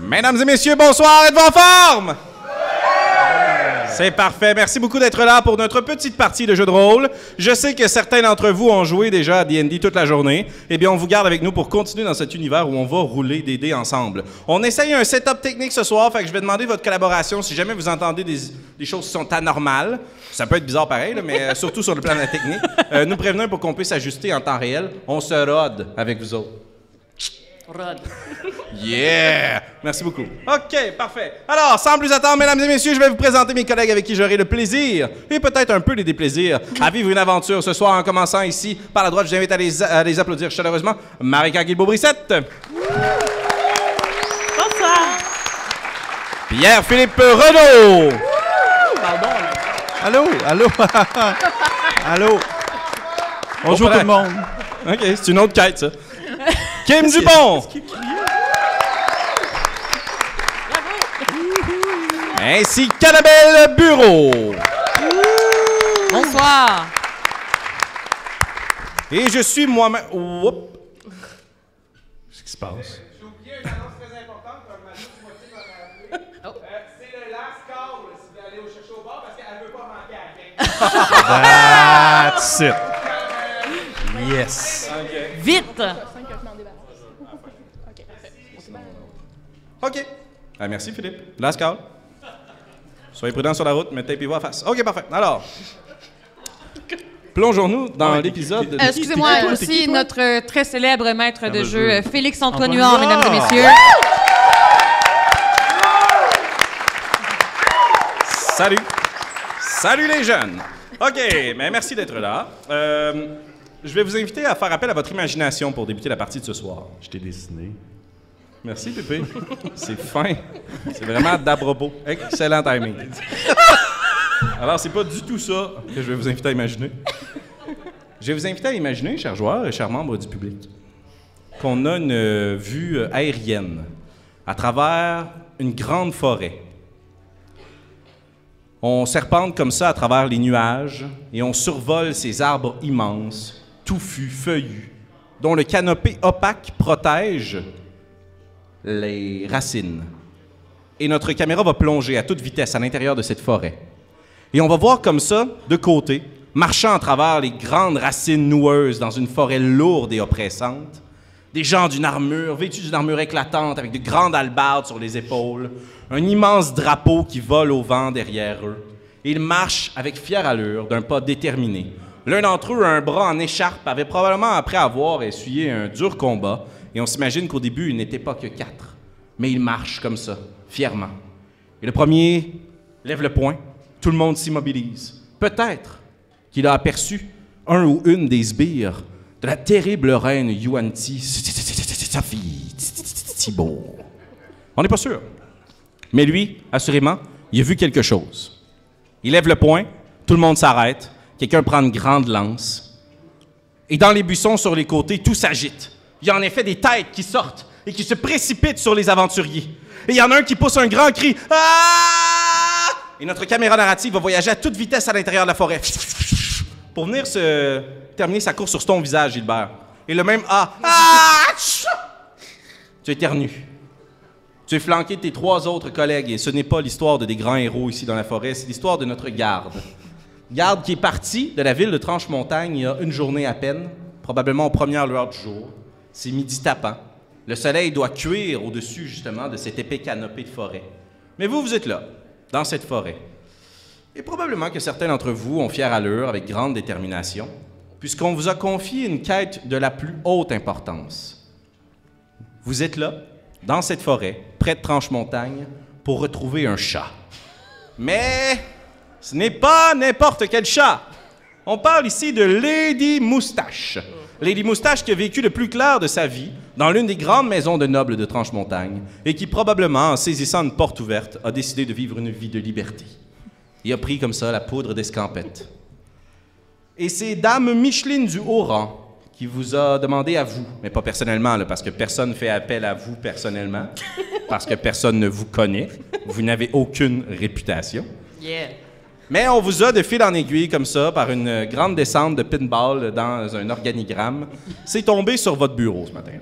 Mesdames et messieurs, bonsoir, êtes-vous en forme? C'est parfait. Merci beaucoup d'être là pour notre petite partie de jeu de rôle. Je sais que certains d'entre vous ont joué déjà à D&D toute la journée. Eh bien, on vous garde avec nous pour continuer dans cet univers où on va rouler des dés ensemble. On essaye un setup technique ce soir, fait que je vais demander votre collaboration si jamais vous entendez des, des choses qui sont anormales. Ça peut être bizarre pareil, là, mais euh, surtout sur le plan de la technique. Euh, nous prévenir pour qu'on puisse ajuster en temps réel. On se rode avec vous autres. Rod. Yeah! Merci beaucoup. OK, parfait. Alors, sans plus attendre, mesdames et messieurs, je vais vous présenter mes collègues avec qui j'aurai le plaisir et peut-être un peu les déplaisirs à vivre une aventure ce soir en commençant ici par la droite. Je vous invite à les, à les applaudir chaleureusement. Marika Guilbeault-Brissette, Bonsoir. Pierre-Philippe Renaud, Pardon, là. Allô, allô, allô. Bonjour tout le monde. OK, c'est une autre quête, ça. Kim Dupont. Ainsi qu'Annabelle Bureau. Bonsoir. Et je suis moi-même. Oups. Qu'est-ce qui se passe? J'ai oublié une annonce très importante comme Marie Timothée m'a rappelé. Euh, c'est le last call si vous voulez aller au chercher au bar parce qu'elle veut pas manquer à la gang. That's it. Yes. Vite. Euh, OK. Ah, merci, Philippe. Last call. Soyez prudents sur la route, mettez pivot à face. OK, parfait. Alors, plongeons-nous dans l'épisode. de- Euh, Excusez-moi, aussi notre euh, très célèbre maître de jeu, euh, Félix Antoine Huard, Huard. mesdames et messieurs. Salut. Salut les jeunes. OK, mais merci d'être là. Euh, je vais vous inviter à faire appel à votre imagination pour débuter la partie de ce soir. Je t'ai dessiné. Merci, Pépé. C'est fin. C'est vraiment d'à-propos. Excellent timing. Alors, c'est pas du tout ça que je vais vous inviter à imaginer. Je vais vous inviter à imaginer, chers joueurs et chers membres du public, qu'on a une euh, vue euh, aérienne à travers une grande forêt. On serpente comme ça à travers les nuages et on survole ces arbres immenses, touffus, feuillus, dont le canopé opaque protège les racines. Et notre caméra va plonger à toute vitesse à l'intérieur de cette forêt. Et on va voir comme ça, de côté, marchant à travers les grandes racines noueuses dans une forêt lourde et oppressante, des gens d'une armure, vêtus d'une armure éclatante, avec de grandes halbardes sur les épaules, un immense drapeau qui vole au vent derrière eux. Et ils marchent avec fière allure, d'un pas déterminé. L'un d'entre eux a un bras en écharpe, avait probablement, après avoir essuyé un dur combat, et on s'imagine qu'au début, il n'était pas que quatre. Mais il marche comme ça, fièrement. Et le premier lève le poing, tout le monde s'immobilise. Peut-être qu'il a aperçu un ou une des sbires de la terrible reine Yuan-Ti, sa fille, Thibault. On n'est pas sûr. Mais lui, assurément, il a vu quelque chose. Il lève le poing, tout le monde s'arrête, quelqu'un prend une grande lance, et dans les buissons sur les côtés, tout s'agite. Il y a en effet des têtes qui sortent et qui se précipitent sur les aventuriers. Et il y en a un qui pousse un grand cri. Ah! Et notre caméra narrative va voyager à toute vitesse à l'intérieur de la forêt. Pour venir se terminer sa course sur ton visage, Gilbert. Et le même Ah! Ah! Tu éternues. Tu es flanqué de tes trois autres collègues, et ce n'est pas l'histoire de des grands héros ici dans la forêt, c'est l'histoire de notre garde. Garde qui est parti de la ville de Tranche-Montagne il y a une journée à peine, probablement aux premières lueurs du jour. C'est midi tapant. Le soleil doit cuire au-dessus, justement, de cette épais canopée de forêt. Mais vous, vous êtes là, dans cette forêt. Et probablement que certains d'entre vous ont fière allure avec grande détermination, puisqu'on vous a confié une quête de la plus haute importance. Vous êtes là, dans cette forêt, près de Tranche-Montagne, pour retrouver un chat. Mais ce n'est pas n'importe quel chat. On parle ici de Lady Moustache. Lady Moustache qui a vécu le plus clair de sa vie dans l'une des grandes maisons de nobles de Tranche-Montagne et qui probablement, en saisissant une porte ouverte, a décidé de vivre une vie de liberté. Il a pris comme ça la poudre d'escampette. Et c'est Dame Micheline du haut rang qui vous a demandé à vous, mais pas personnellement, là, parce que personne fait appel à vous personnellement, parce que personne ne vous connaît, vous n'avez aucune réputation. Yeah. Mais on vous a de fil en aiguille comme ça, par une euh, grande descente de pinball dans un organigramme. C'est tombé sur votre bureau ce matin.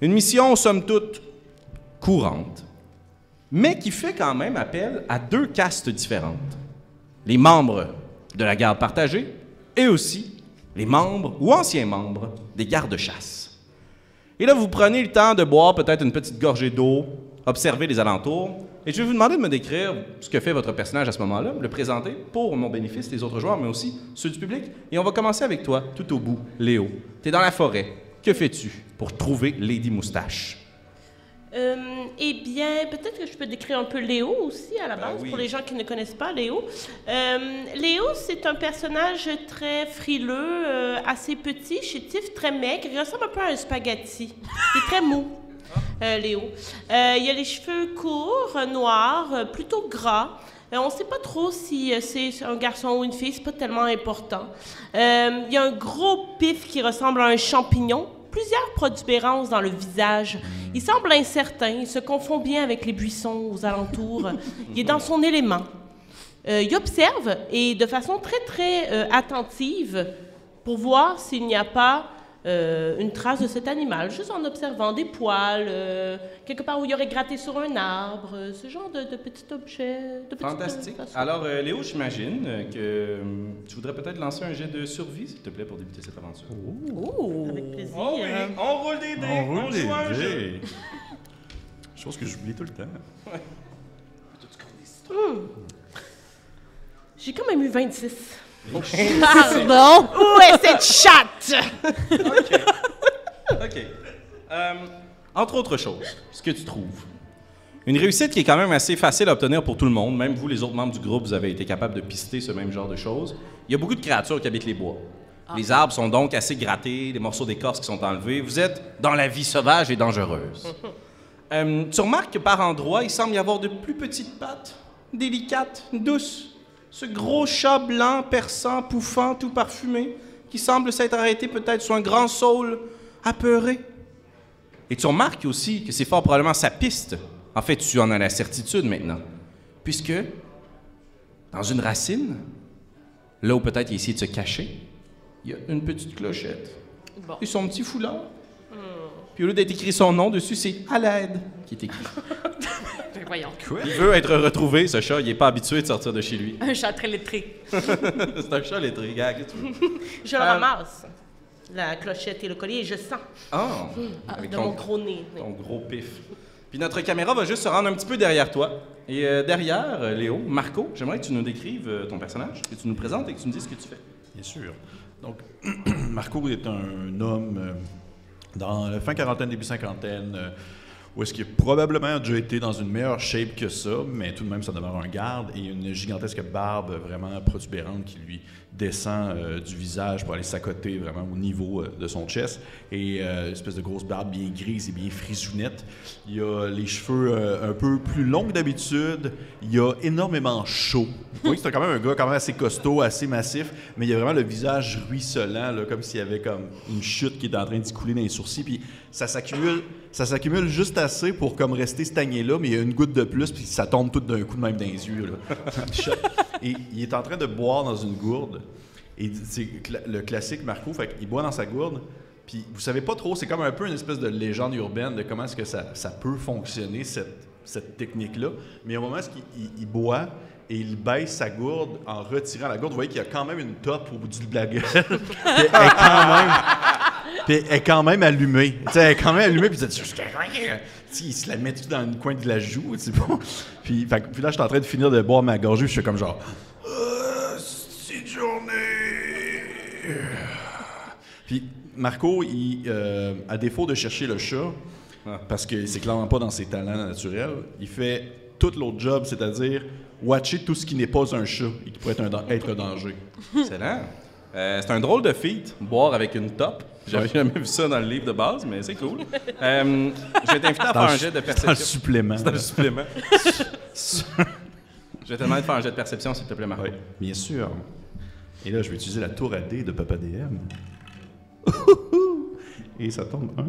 Une mission, somme toute, courante, mais qui fait quand même appel à deux castes différentes. Les membres de la garde partagée et aussi les membres ou anciens membres des gardes-chasse. Et là, vous prenez le temps de boire peut-être une petite gorgée d'eau, observer les alentours, et je vais vous demander de me décrire ce que fait votre personnage à ce moment-là, me le présenter pour mon bénéfice, les autres joueurs, mais aussi ceux du public. Et on va commencer avec toi, tout au bout, Léo. T'es dans la forêt. Que fais-tu pour trouver Lady Moustache? Euh, eh bien, peut-être que je peux décrire un peu Léo aussi à la base, oui. pour les gens qui ne connaissent pas Léo. Euh, Léo, c'est un personnage très frileux, euh, assez petit, chétif, très maigre. Il ressemble un peu à un spaghetti. Il est très mou. euh, Léo. Euh, il a les cheveux courts, euh, noirs, euh, plutôt gras. Euh, on ne sait pas trop si euh, c'est un garçon ou une fille, c'est pas tellement important. Euh, il y a un gros pif qui ressemble à un champignon, plusieurs protubérances dans le visage. Il semble incertain, il se confond bien avec les buissons aux alentours. il est dans son élément. Euh, il observe et de façon très très euh, attentive pour voir s'il n'y a pas euh, une trace de cet animal, juste en observant des poils, euh, quelque part où il aurait gratté sur un arbre, euh, ce genre de, de petit objet. De petite, euh, Fantastique. façon. Alors, euh, Léo, j'imagine euh, que euh, tu voudrais peut-être lancer un jet de survie, s'il te plaît, pour débuter cette aventure. Avec plaisir. Oh oui, on roule des dés, Euh, On roule des joue un jeu. dés. Chose que j'oublie tout le temps. J'ai quand même eu 26. Pardon! Où est cette chatte? OK. Euh, entre autres choses, ce que tu trouves. Une réussite qui est quand même assez facile à obtenir pour tout le monde. Même vous, les autres membres du groupe, vous avez été capables de pister ce même genre de choses. Il y a beaucoup de créatures qui habitent les bois. Les arbres sont donc assez grattés, des morceaux d'écorce qui sont enlevés. Vous êtes dans la vie sauvage et dangereuse. Euh, tu remarques que par endroits, il semble y avoir de plus petites pattes, délicates, douces. Ce gros chat blanc, perçant, pouffant, tout parfumé, qui semble s'être arrêté peut-être sur un grand saule, apeuré. Et tu remarques aussi que c'est fort probablement sa piste. En fait, tu en as la certitude maintenant. Puisque, dans une racine, là où peut-être il a essayé de se cacher, il y a une petite clochette. Et son petit foulard. Puis au lieu d'être écrit son nom dessus, c'est à l'aide qui est écrit. Ben, voyons. Il veut être retrouvé, ce chat. Il n'est pas habitué de sortir de chez lui. Un chat très lettré. c'est un chat, les trucs. Regarde, qu'est-ce que tu veux? Euh, Je le ramasse, la clochette et le collier, et je sens Ah! Avec de ton- mon gros nez. Ton gros pif. Puis notre caméra va juste se rendre un petit peu derrière toi. Et euh, derrière, euh, Léo, Marco, j'aimerais que tu nous décrives euh, ton personnage, que tu nous présentes et que tu nous dises ce que tu fais. Bien sûr. Donc, Marco est un homme euh, dans la fin quarantaine, début cinquantaine, euh, où est-ce qu'il a probablement déjà été dans une meilleure shape que ça, mais tout de même, ça demeure un garde et une gigantesque barbe vraiment protubérante qui lui descend euh, du visage pour aller s'accoter vraiment au niveau euh, de son chest. Et euh, une espèce de grosse barbe bien grise et bien frisounette. Il a les cheveux euh, un peu plus longs que d'habitude. Il a énormément chaud. Vous voyez que c'est quand même un gars quand même assez costaud, assez massif, mais il a vraiment le visage ruisselant, là, comme s'il y avait comme une chute qui est en train d'y couler dans les sourcils. Puis ça s'accumule, ça s'accumule juste assez pour comme rester stagné là, mais il y a une goutte de plus, puis ça tombe tout d'un coup de même dans les yeux. là. Et il est en train de boire dans une gourde. Et c'est cla- le classique Marco, fait qu'il boit dans sa gourde. Puis vous savez pas trop, c'est comme un peu une espèce de légende urbaine de comment est-ce que ça, ça peut fonctionner, cette, cette technique-là. Mais au moment où il, il boit et il baisse sa gourde en retirant la gourde, vous voyez qu'il y a quand même une top au bout du- de la gueule. Puis elle est quand même, puis elle est quand même allumée. Tu sais, elle est quand même allumée, puis vous êtes Tu sais, il se la met tout dans le coin de la joue, c'est bon. Puis, fait que- puis là, je suis en train de finir de boire ma gorgée, puis je suis comme genre. Ah, C'est une journée. Puis Marco, il, euh, à défaut de chercher le chat, Ah. parce que c'est clairement pas dans ses talents naturels, il fait tout l'autre job, c'est-à-dire watcher tout ce qui n'est pas un chat et qui pourrait être un, dan- être un danger. Excellent. Euh, c'est un drôle de feat, boire avec une top. J'avais Ouais. jamais vu ça dans le livre de base, mais c'est cool. Euh, je vais t'inviter à faire Dans un le- jet de Dans le perception. supplément. Dans le supplément. je vais te demander de faire un jet de perception, s'il te plaît, Marco. Oui, bien sûr. Et là, je vais utiliser la tour à dés de Papa DM. Et ça tombe un.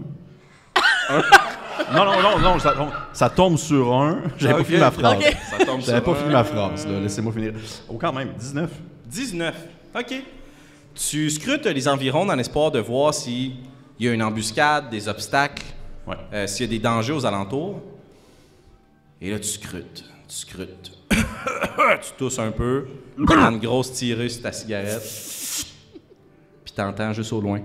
Un. non, non, non, non, ça tombe, ça tombe sur un. J'avais pas Ok, fini ma phrase. ok. Ça tombe J'avais sur pas un. fini ma phrase, là. Laissez-moi finir. Oh, quand même, 19. 19. OK. Tu scrutes les environs dans l'espoir de voir s'il y a une embuscade, des obstacles, Ouais. euh, s'il y a des dangers aux alentours. Et là, tu scrutes, tu scrutes. tu tousses un peu, tu prends une grosse tirée sur ta cigarette, puis t'entends juste au loin.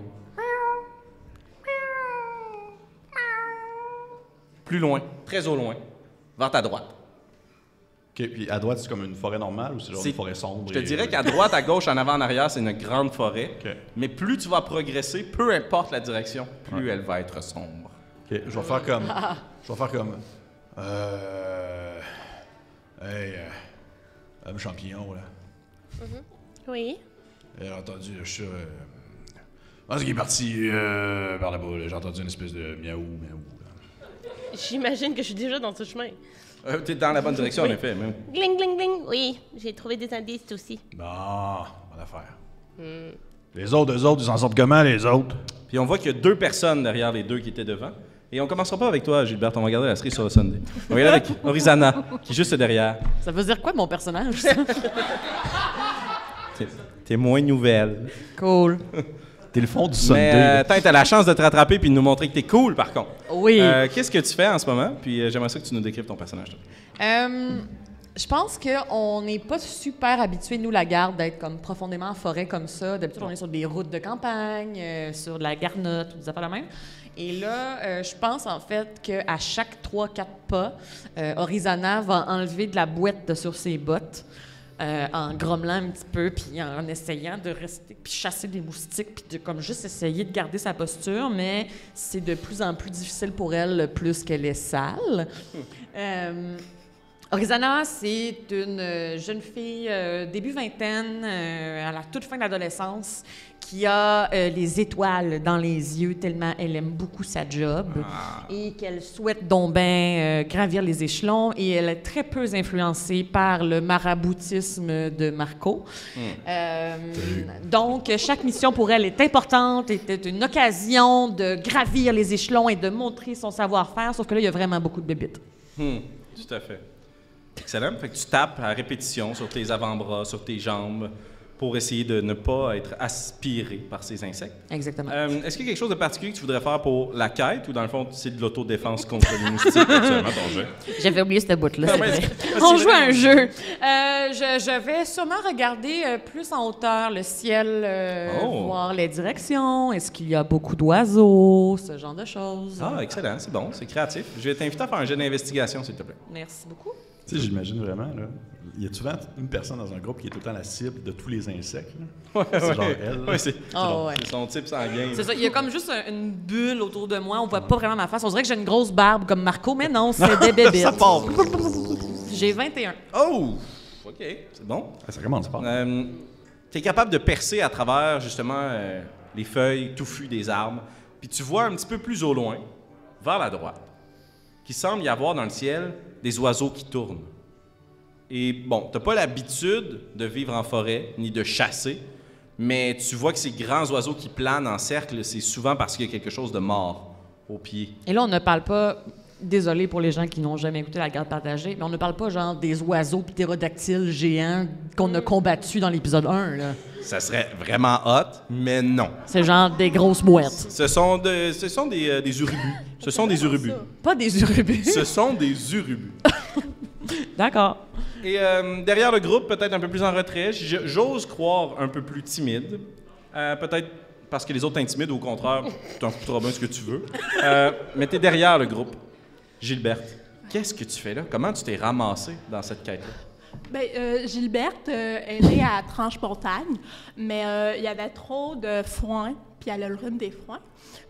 Plus loin, très au loin, vers ta droite. OK, puis à droite, c'est comme une forêt normale ou c'est genre C'est- une forêt sombre? Je te et- euh, dirais qu'à droite, à gauche, en avant, en arrière, c'est une grande forêt. Ok. Mais plus tu vas progresser, peu importe la direction, plus elle va être sombre. OK, je vais faire comme... Je vais faire comme... Euh... Hey, euh, homme champignon, là. Oui. J'ai entendu, je suis sûr... euh, Je pense qu'il est parti euh, par là-bas, là. J'ai entendu une espèce de miaou, miaou. là. J'imagine que je suis déjà dans ce chemin. Euh, T'es dans la bonne direction, en effet. mais- Gling, gling, gling. Oui, j'ai trouvé des indices aussi. Bon, bonne affaire. Les autres, eux autres, ils s'en sortent comment, les autres? Puis on voit qu'il y a deux personnes derrière les deux qui étaient devant. Et on commencera pas avec toi, Gilbert. On va regarder la série sur le Sunday. On va y aller avec Orizana, qui est juste derrière. Ça veut dire quoi, mon personnage? ça? T'es- T'es moins nouvelle. cool. T'es le fond du Mais euh, attends, t'as la chance de te rattraper puis de nous montrer que t'es cool, par contre. Oui. Euh, Qu'est-ce que tu fais en ce moment? Puis euh, j'aimerais ça que tu nous décrives ton personnage. toi. Euh, je pense qu'on n'est pas super habitués, nous, la garde, d'être comme profondément en forêt comme ça. D'habitude, on est sur des routes de campagne, euh, sur de la garnotte ou des affaires de même. Et là, euh, je pense en fait qu'à chaque 3-4 pas, euh, Orizana va enlever de la boîte de sur ses bottes. euh, en grommelant un petit peu, puis en essayant de rester, puis chasser des moustiques, puis de comme juste essayer de garder sa posture, mais c'est de plus en plus difficile pour elle, plus qu'elle est sale. Euh, Orizana, c'est une euh, jeune fille euh, début vingtaine, euh, à la toute fin de l'adolescence, qui a euh, les étoiles dans les yeux tellement elle aime beaucoup sa job et qu'elle souhaite donc ben euh, gravir les échelons et elle est très peu influencée par le maraboutisme de Marco. Euh, donc, chaque mission pour elle est importante, était une occasion de gravir les échelons et de montrer son savoir-faire, sauf que là, il y a vraiment beaucoup de bébites. Hmm, tout à fait. Excellent. Fait que tu tapes à répétition sur tes avant-bras, sur tes jambes, pour essayer de ne pas être aspiré par ces insectes. Exactement. Euh, Est-ce qu'il y a quelque chose de particulier que tu voudrais faire pour la quête ou dans le fond, c'est de l'autodéfense contre les moustiques actuellement ton jeu? J'avais oublié cette bout là Ah, mais- On joue à un jeu. Euh, je, je vais sûrement regarder euh, plus en hauteur le ciel, euh, Oh. voir les directions. Est-ce qu'il y a beaucoup d'oiseaux, ce genre de choses. Ah, excellent, c'est bon, c'est créatif. Je vais t'inviter à faire un jeu d'investigation, s'il te plaît. Merci beaucoup. Tu sais, j'imagine vraiment, là. Il y a souvent une personne dans un groupe qui est tout le temps la cible de tous les insectes. là. c'est genre elle. là. Ouais, c'est Ah, c'est bon. ouais. C'est son type sanguin. C'est ça, il y a comme juste un- une bulle autour de moi, on voit pas vraiment ma face. On dirait que j'ai une grosse barbe comme Marco, mais non, c'est des bébés. Ça part. J'ai 21. Oh! OK, c'est bon. Ah, Ça commence pas. Euh, tu es capable de percer à travers justement euh, les feuilles touffues des arbres, puis tu vois un petit peu plus au loin, vers la droite, qu'il semble y avoir dans le ciel des oiseaux qui tournent. Et bon, t'as pas l'habitude de vivre en forêt ni de chasser, mais tu vois que ces grands oiseaux qui planent en cercle, c'est souvent parce qu'il y a quelque chose de mort au pied. Et là, on ne parle pas, désolé pour les gens qui n'ont jamais écouté la garde partagée, mais on ne parle pas genre des oiseaux ptérodactyles géants qu'on a combattus dans l'épisode 1. Là. Ça serait vraiment hot, mais non. C'est genre des grosses boîtes. Ce sont, de- ce sont des, euh, des urubus. Ce sont des urubus. Pas des urubus. Ce sont des urubus. D'accord. Et euh, derrière le groupe, peut-être un peu plus en retrait, j- j'ose croire un peu plus timide. Euh, peut-être parce que les autres t'intimident, au contraire, t'en foutras bien ce que tu veux. Euh, mais t'es derrière le groupe. Gilberte, qu'est-ce que tu fais là? Comment tu t'es ramassé dans cette quête-là? Ben, euh, Gilberte, euh, elle est à Tranche-Montagne, mais euh, il y avait trop de foin, puis elle a le rhume des foins.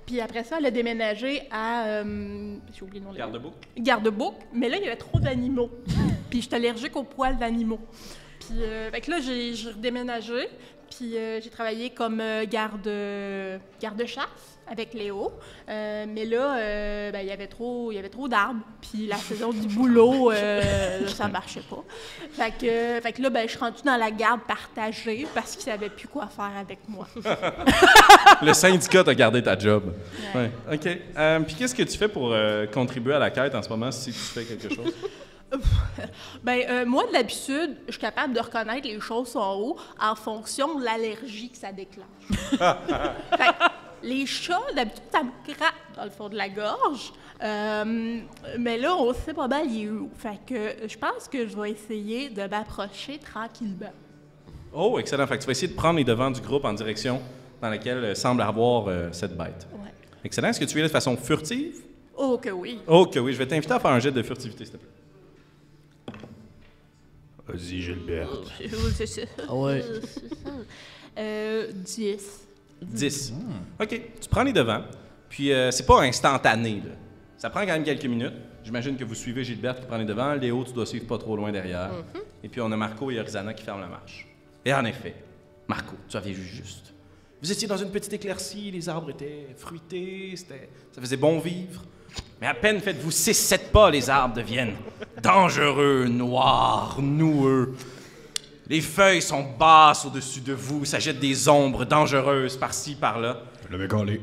Puis après ça, elle a déménagé à. euh, J'ai oublié le nom de la- Garde-boue? Garde-bouc, mais là, il y avait trop d'animaux. puis je suis allergique aux poils d'animaux. Puis euh, fait que là, j'ai j'ai redéménagé, puis euh, j'ai travaillé comme euh, garde, euh, garde-chasse avec Léo. Euh, mais là, euh, ben, il y avait trop, il y avait trop d'arbres, puis la saison du boulot, euh, là, ça marchait pas. Fait que, euh, fait que là, ben, je suis rendue dans la garde partagée parce qu'ils savaient plus quoi faire avec moi. Le syndicat t'a gardé ta job. Ouais. OK. Euh, Puis qu'est-ce que tu fais pour euh, contribuer à la quête en ce moment, si tu fais quelque chose? Ben, euh, moi, de l'habitude, je suis capable de reconnaître les choses en haut en fonction de l'allergie que ça déclenche. Fait que Les chats, d'habitude, ça me gratte dans le fond de la gorge. Euh, mais là, on sait pas mal il est où. Fait que je pense que je vais essayer de m'approcher tranquillement. Oh, excellent. Fait que tu vas essayer de prendre les devants du groupe en direction dans laquelle euh, semble avoir euh, cette bête. Ouais. Excellent. Est-ce que tu es là de façon furtive? Oh que oui. Oh que oui. Je vais t'inviter à faire un jet de furtivité, s'il te plaît. Vas-y, Gilbert. Oui, c'est ça. Ouais. Euh, 10. 10. OK. Tu prends les devants, puis euh, c'est pas instantané. là. Ça prend quand même quelques minutes. J'imagine que vous suivez Gilbert qui prend les devants. Léo, tu dois suivre pas trop loin derrière. Et puis on a Marco et Orizana qui ferment la marche. Et en effet, Marco, tu avais vu juste. Vous étiez dans une petite éclaircie, les arbres étaient fruités, c'était- ça faisait bon vivre. Mais à peine faites-vous 6-7 pas, les arbres deviennent dangereux, noirs, noueux. Les feuilles sont basses au-dessus de vous, ça jette des ombres dangereuses par-ci, par-là. Le mec allé.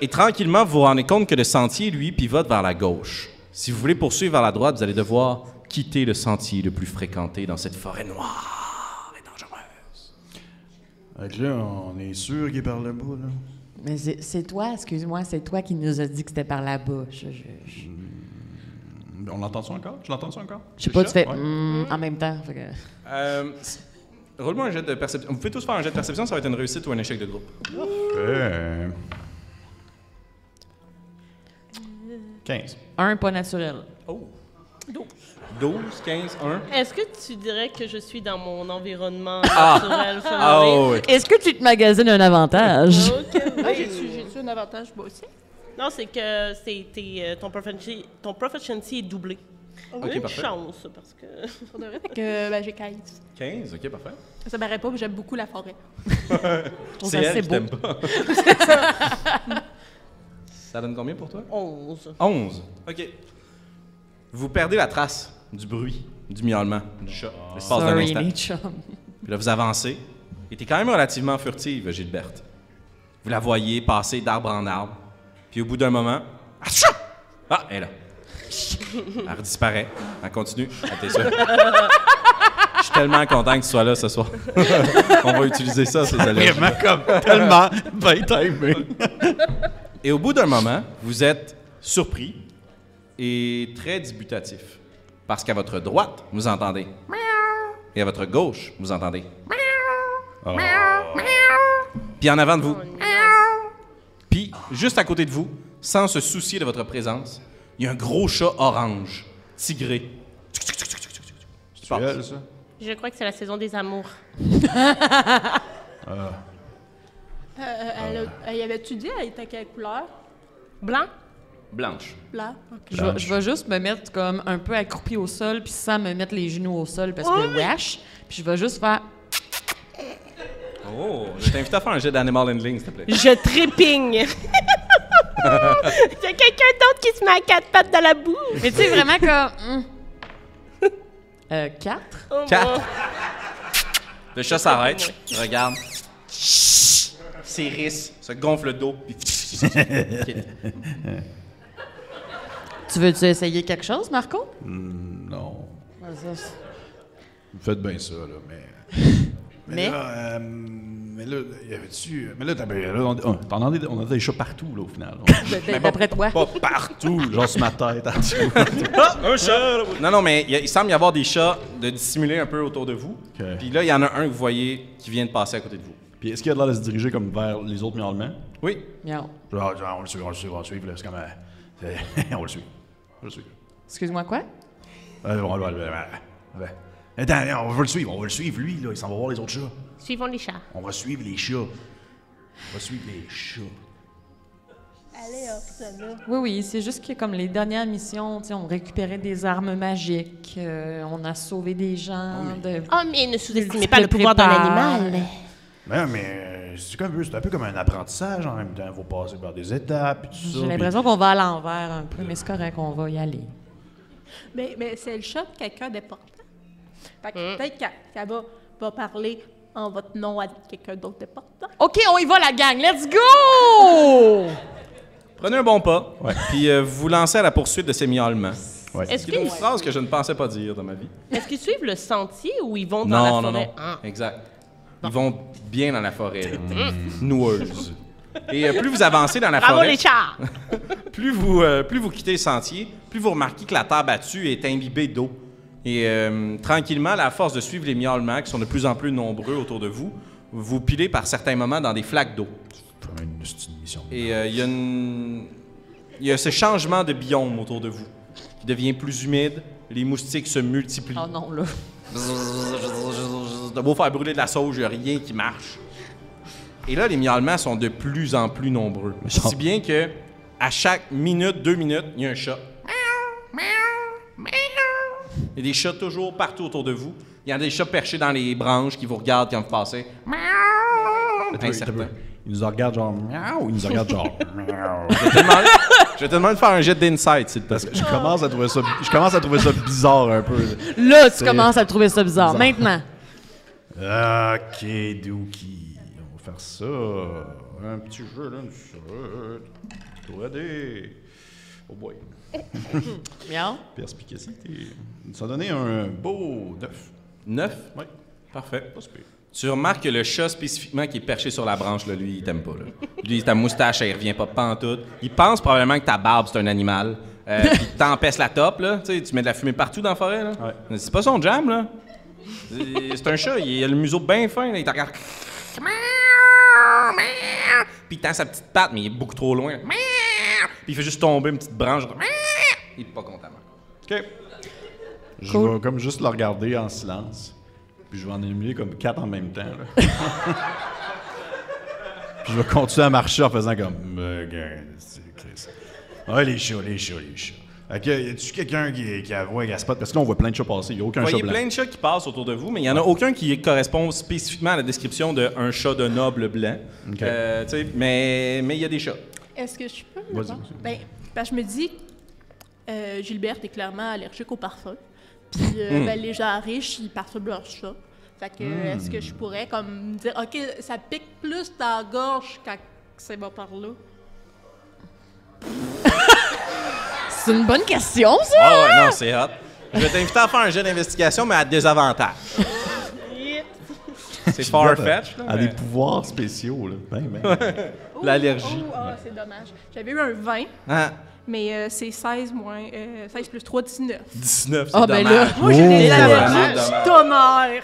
Et tranquillement, vous vous rendez compte que le sentier, lui, pivote vers la gauche. Si vous voulez poursuivre vers la droite, vous allez devoir quitter le sentier le plus fréquenté dans cette forêt noire et dangereuse. Fait que là, on est sûr qu'il est par là-bas, là. Mais c'est c'est toi, excuse-moi, c'est toi qui nous a dit que c'était par la bouche. Je, je- On l'entend ça encore? Tu l'entends ça encore? Mm, je sais pas, tu fais Hmm en même temps. fait que- Euh, Roule-moi un jet de perception. Vous pouvez tous faire un jet de perception, ça va être une réussite ou un échec de groupe. Euh. 15. Un pas naturel. Oh! 12, 15, 1. Est-ce que tu dirais que je suis dans mon environnement Ah. naturel Ah familier? oui. Est-ce que tu te magasines un avantage? Ok, oui. Ah, j'ai-tu j'ai-tu un avantage, moi aussi? Non, c'est que c'est tes, euh, ton, proficiency, ton proficiency est doublé. Ok, Une parfait. chance, parce que... Pour de vrai, fait que ben, j'ai 15. 15, ok, parfait. Ça m'arrête pas, mais j'aime beaucoup la forêt. C'est trouve ça elle assez qui beau. t'aime pas. ça donne combien pour toi? 11. 11. OK. Vous perdez la trace du bruit, du miaulement, du chat. L'espace d'un Sorry, instant. les chums. Puis là, vous avancez. Et t'es quand même relativement furtive, Gilberte. Vous la voyez passer d'arbre en arbre. Puis au bout d'un moment... Ah, tchou! Ah, elle est là. Elle disparaît. Elle continue. Ah, t'es sûr? Je suis tellement content que tu sois là ce soir. On va utiliser ça, ces allèges. Vraiment comme tellement bien timé. Et au bout d'un moment, vous êtes surpris et très débutatif. Parce qu'à votre droite, vous entendez. Et à votre gauche, vous entendez. Oh. Puis en avant de vous. Puis juste à côté de vous, sans se soucier de votre présence, il y a un gros chat orange, tigré. Tu C'est passes. elle, ça? Je crois que c'est la saison des amours. Euh, elle a- elle y avait-tu dit, elle était quelle couleur? Blanc? Blanche. Blanc? OK. Je, vais- je vais juste me mettre comme un peu accroupi au sol, puis sans me mettre les genoux au sol parce que wesh. Puis je vais juste faire. Oh, je t'invite à faire un jet d'animal handling, s'il te plaît. Je trépigne. C'est quelqu'un d'autre qui se met à quatre pattes dans la boue. Mais tu sais, vraiment comme. hmm. Euh, quatre? Oh, Quatre. mon- Oh. Le chat s'arrête, regarde. Ses risses se gonflent le dos. puis Tu veux-tu essayer quelque chose, Marco? Non. Ben, Ça, c'est- Faites bien ça, là, mais. Mais? là, euh, mais là, y avait-tu. Mais là, t'as- ben, là, on, oh, t'en as des- on a des chats partout, là, au final. On- d- Ben, ben, D'après toi. pas partout, genre sur ma tête, en dessous. Ah, un chat! Non, non, mais il, y a- il semble y avoir des chats de dissimulés un peu autour de vous. Ok. Puis là, il y en a un que vous voyez qui vient de passer à côté de vous. Puis est-ce qu'il a l'air de se diriger comme vers les autres miaulements? Oui. Miaou. Genre, genre, on le suit, on le suit, on le suit, puis là, c'est comme. euh, c'est- on le suit. On le suit. Excuse-moi, quoi? Euh, on va- euh, euh, Attends, on va le suivre, on va le suivre, lui, là, il s'en va voir les autres chats. Suivons les chats. On va suivre les chats. On va suivre les chats. Allez, hop, ça là. Oui, oui, c'est juste que comme les dernières missions, tu sais, on récupérait des armes magiques, euh, on a sauvé des gens. de- Oh, mais ne sous-estimez Tu pas te le pouvoir d'un prépares. animal. Mais, mais euh, c'est comme c'est un peu comme un apprentissage en même temps. Il faut passer par des étapes et tout ça. J'ai l'impression qu'on va à l'envers un peu, mais c'est correct, on va y aller. Mais, mais c'est le chat de quelqu'un d'important. Fait Mm. que peut-être qu'elle qu'elle va, va parler en votre nom à quelqu'un d'autre d'important. OK, on y va, la gang! Let's go! Prenez un bon pas, puis euh, vous vous lancez à la poursuite de ces miaulements. Puis- ouais. Est-ce C'est une qu'ils phrase que je ne pensais pas dire dans ma vie. est-ce qu'ils suivent le sentier ou ils vont Non, dans la non, forêt? non. Ah. Exact. Ils vont bien dans la forêt, là. noueuse. Et euh, plus vous avancez dans la Mm. Bravo forêt, les chars! plus vous, euh, plus vous quittez le sentier, plus vous remarquez que la terre battue est imbibée d'eau. Et euh, tranquillement, à la force de suivre les miaulements qui sont de plus en plus nombreux autour de vous, vous pilez par certains moments dans des flaques d'eau. Comme une hostie de mission. Et euh, il y a une- il y a ce changement de biome autour de vous qui devient plus humide, les moustiques se multiplient. Oh non, là. De beau faire brûler de la sauge, il n'y a rien qui marche. Et là, les miaulements sont de plus en plus nombreux. sont- Si bien que à chaque minute, deux minutes, il y a un chat. Il y a des chats toujours partout autour de vous. Il y a des chats perchés dans les branches qui vous regardent quand vous passez. Incertain. Ils nous regardent genre miaou, ils nous regardent genre miaou. Je te demande- je te demande de faire un jet d'insight, s'il te plaît. Parce que je commence à trouver ça, je commence à trouver ça bizarre un peu. Là, tu commences à trouver ça bizarre. Maintenant. Ok, Dookie. On va faire ça. Un petit jeu, là, une chute. 3D. Oh boy. Miaou. Perspicacité. Ça a donné un beau 9. Neuf? Oui, Parfait. pas super. Tu remarques que le chat spécifiquement qui est perché sur la branche, là, lui, il t'aime pas. Là. Lui, ta moustache, elle revient pas pantoute. Il pense probablement que ta barbe, c'est un animal. Euh, puis il t'empêche la top, là. Tu sais, tu mets de la fumée partout dans la forêt, là. Ouais. Mais C'est pas son jam, là. C'est- C'est un chat, il a le museau bien fin, là. Il te regarde. Puis il tend sa petite patte, mais il est beaucoup trop loin. Puis il fait juste tomber une petite branche. Il est pas content. OK. Je vais comme juste le regarder en silence. Puis je vais en éliminer comme quatre en même temps. là. puis je vais continuer à marcher en faisant comme. Euh, gars, c'est- Chris. Ah, les chats, les chats, les chats. Ok, y a-tu quelqu'un qui, qui avoue à spot? Parce que là, on voit plein de chats passer. Y a aucun Vous chat voyez blanc. plein de chats qui passent autour de vous, mais il n'y en a aucun qui correspond spécifiquement à la description d'un chat de noble blanc. Ok. Euh, tu sais, mais mais il y a des chats. Est-ce que je peux me Vas-y, voir? vas-y. Ben, ben, je me dis, euh, Gilberte est clairement allergique au parfum. Puis euh, ben, les gens riches, ils parfument leur chat. Fait que, est-ce que je pourrais comme dire, OK, ça pique plus dans la gorge quand ça va par là? C'est une bonne question, ça. Ah ouais, non, c'est hot. Je vais t'inviter à faire un jeu d'investigation, mais à désavantage. c'est far-fetch, là, À mais des pouvoirs spéciaux, là. Ben, ben. Ouh, l'allergie. ouh, ah, c'est dommage. J'avais eu un 20, Hein, mais euh, c'est 16 moins... euh, 16 plus 3, 19. 19, c'est Ah, ben dommage. là. Moi, j'ai des dommage, allergies dommage. tonnerre!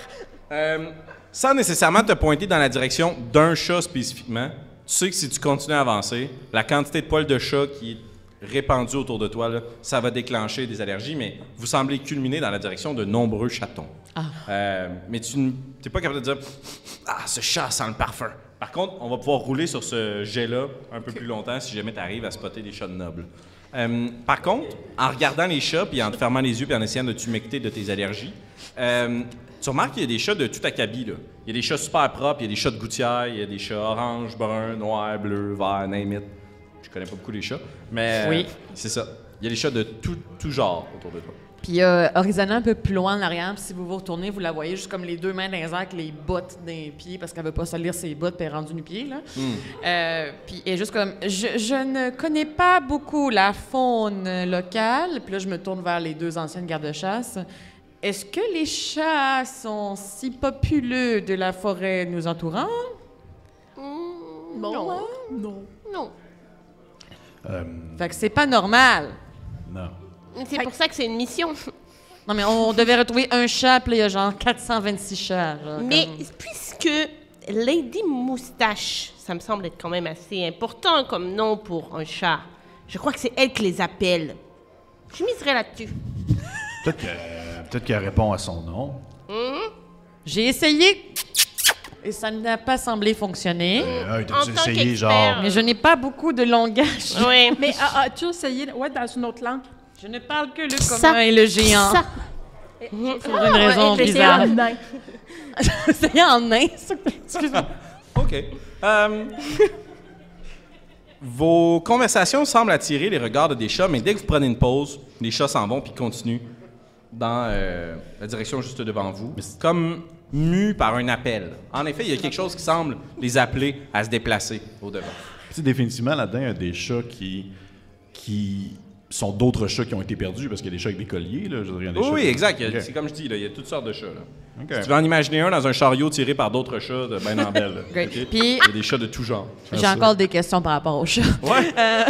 Euh, sans nécessairement te pointer dans la direction d'un chat spécifiquement, tu sais que si tu continues à avancer, la quantité de poils de chat qui est répandue autour de toi, là, ça va déclencher des allergies, mais vous semblez culminer dans la direction de nombreux chatons. Euh, mais tu n'es pas capable de dire « Ah, ce chat sent le parfum ». Par contre, on va pouvoir rouler sur ce jet-là un peu plus longtemps si jamais tu arrives à spotter des chats de nobles. Euh, par contre, en regardant les chats, puis en te fermant les yeux, puis en essayant de t'humecter de tes allergies, euh, tu remarques qu'il y a des chats de tout acabit. Là. Il y a des chats super propres, il y a des chats de gouttière, il y a des chats orange, brun, noir, bleu, vert, name it. Je connais pas beaucoup les chats, mais euh, Oui. c'est ça. Il y a des chats de tout, tout genre autour de toi. Puis euh, horizontale un peu plus loin en arrière, puis si vous vous retournez, vous la voyez juste comme les deux mains dans les airs avec les bottes dans les pieds, parce qu'elle veut pas salir ses bottes, puis elle est rendue nu pied, là. Euh, puis elle est juste comme, je, je ne connais pas beaucoup la faune locale. Puis là, je me tourne vers les deux anciennes gardes-chasse. Est-ce que les chats sont si populeux de la forêt nous entourant? Bon, hein? non. Euh, Fait que c'est pas normal. non. C'est pour ça que c'est une mission. Non, mais on devait retrouver un chat, puis là, il y a genre 426 chats. genre, Mais comme- puisque Lady Moustache, ça me semble être quand même assez important comme nom pour un chat, je crois que c'est elle qui les appelle. Je miserais là-dessus. Peut-être que- peut-être qu'elle répond à son nom. J'ai essayé et ça n'a pas semblé fonctionner. Euh, hey, En T'as-tu tant essayé, qu'expert. genre. Mais je n'ai pas beaucoup de langage. Oui. Mais ah, ah, tu as essayé, ouais, dans une autre langue. Je ne parle que le Ça. commun et le géant. Ça. Oh, Pour une raison J'ai essayé bizarre. en nain. C'est en nain, ça. Excuse-moi. Ah, OK. Euh, vos conversations semblent attirer les regards de des chats, mais dès que vous prenez une pause, les chats s'en vont puis continuent dans euh, la direction juste devant vous, comme mus par un appel. En effet, il y a quelque chose qui semble les appeler à se déplacer au devant. Tu sais, définitivement, là-dedans, il y a des chats qui, qui sont d'autres chats qui ont été perdus parce qu'il y a des chats avec des colliers. Là, je veux dire, il y a des Oui, chats- oui, exact. Il y a- Ok. C'est comme je dis, là, il y a toutes sortes de chats. là. Ok. Si tu veux en imaginer un dans un chariot tiré par d'autres chats de ben en belle. là. Great. Ok? Puis- Il y a des chats de tout genre. J'ai encore des questions par rapport au chat. Ouais. Euh,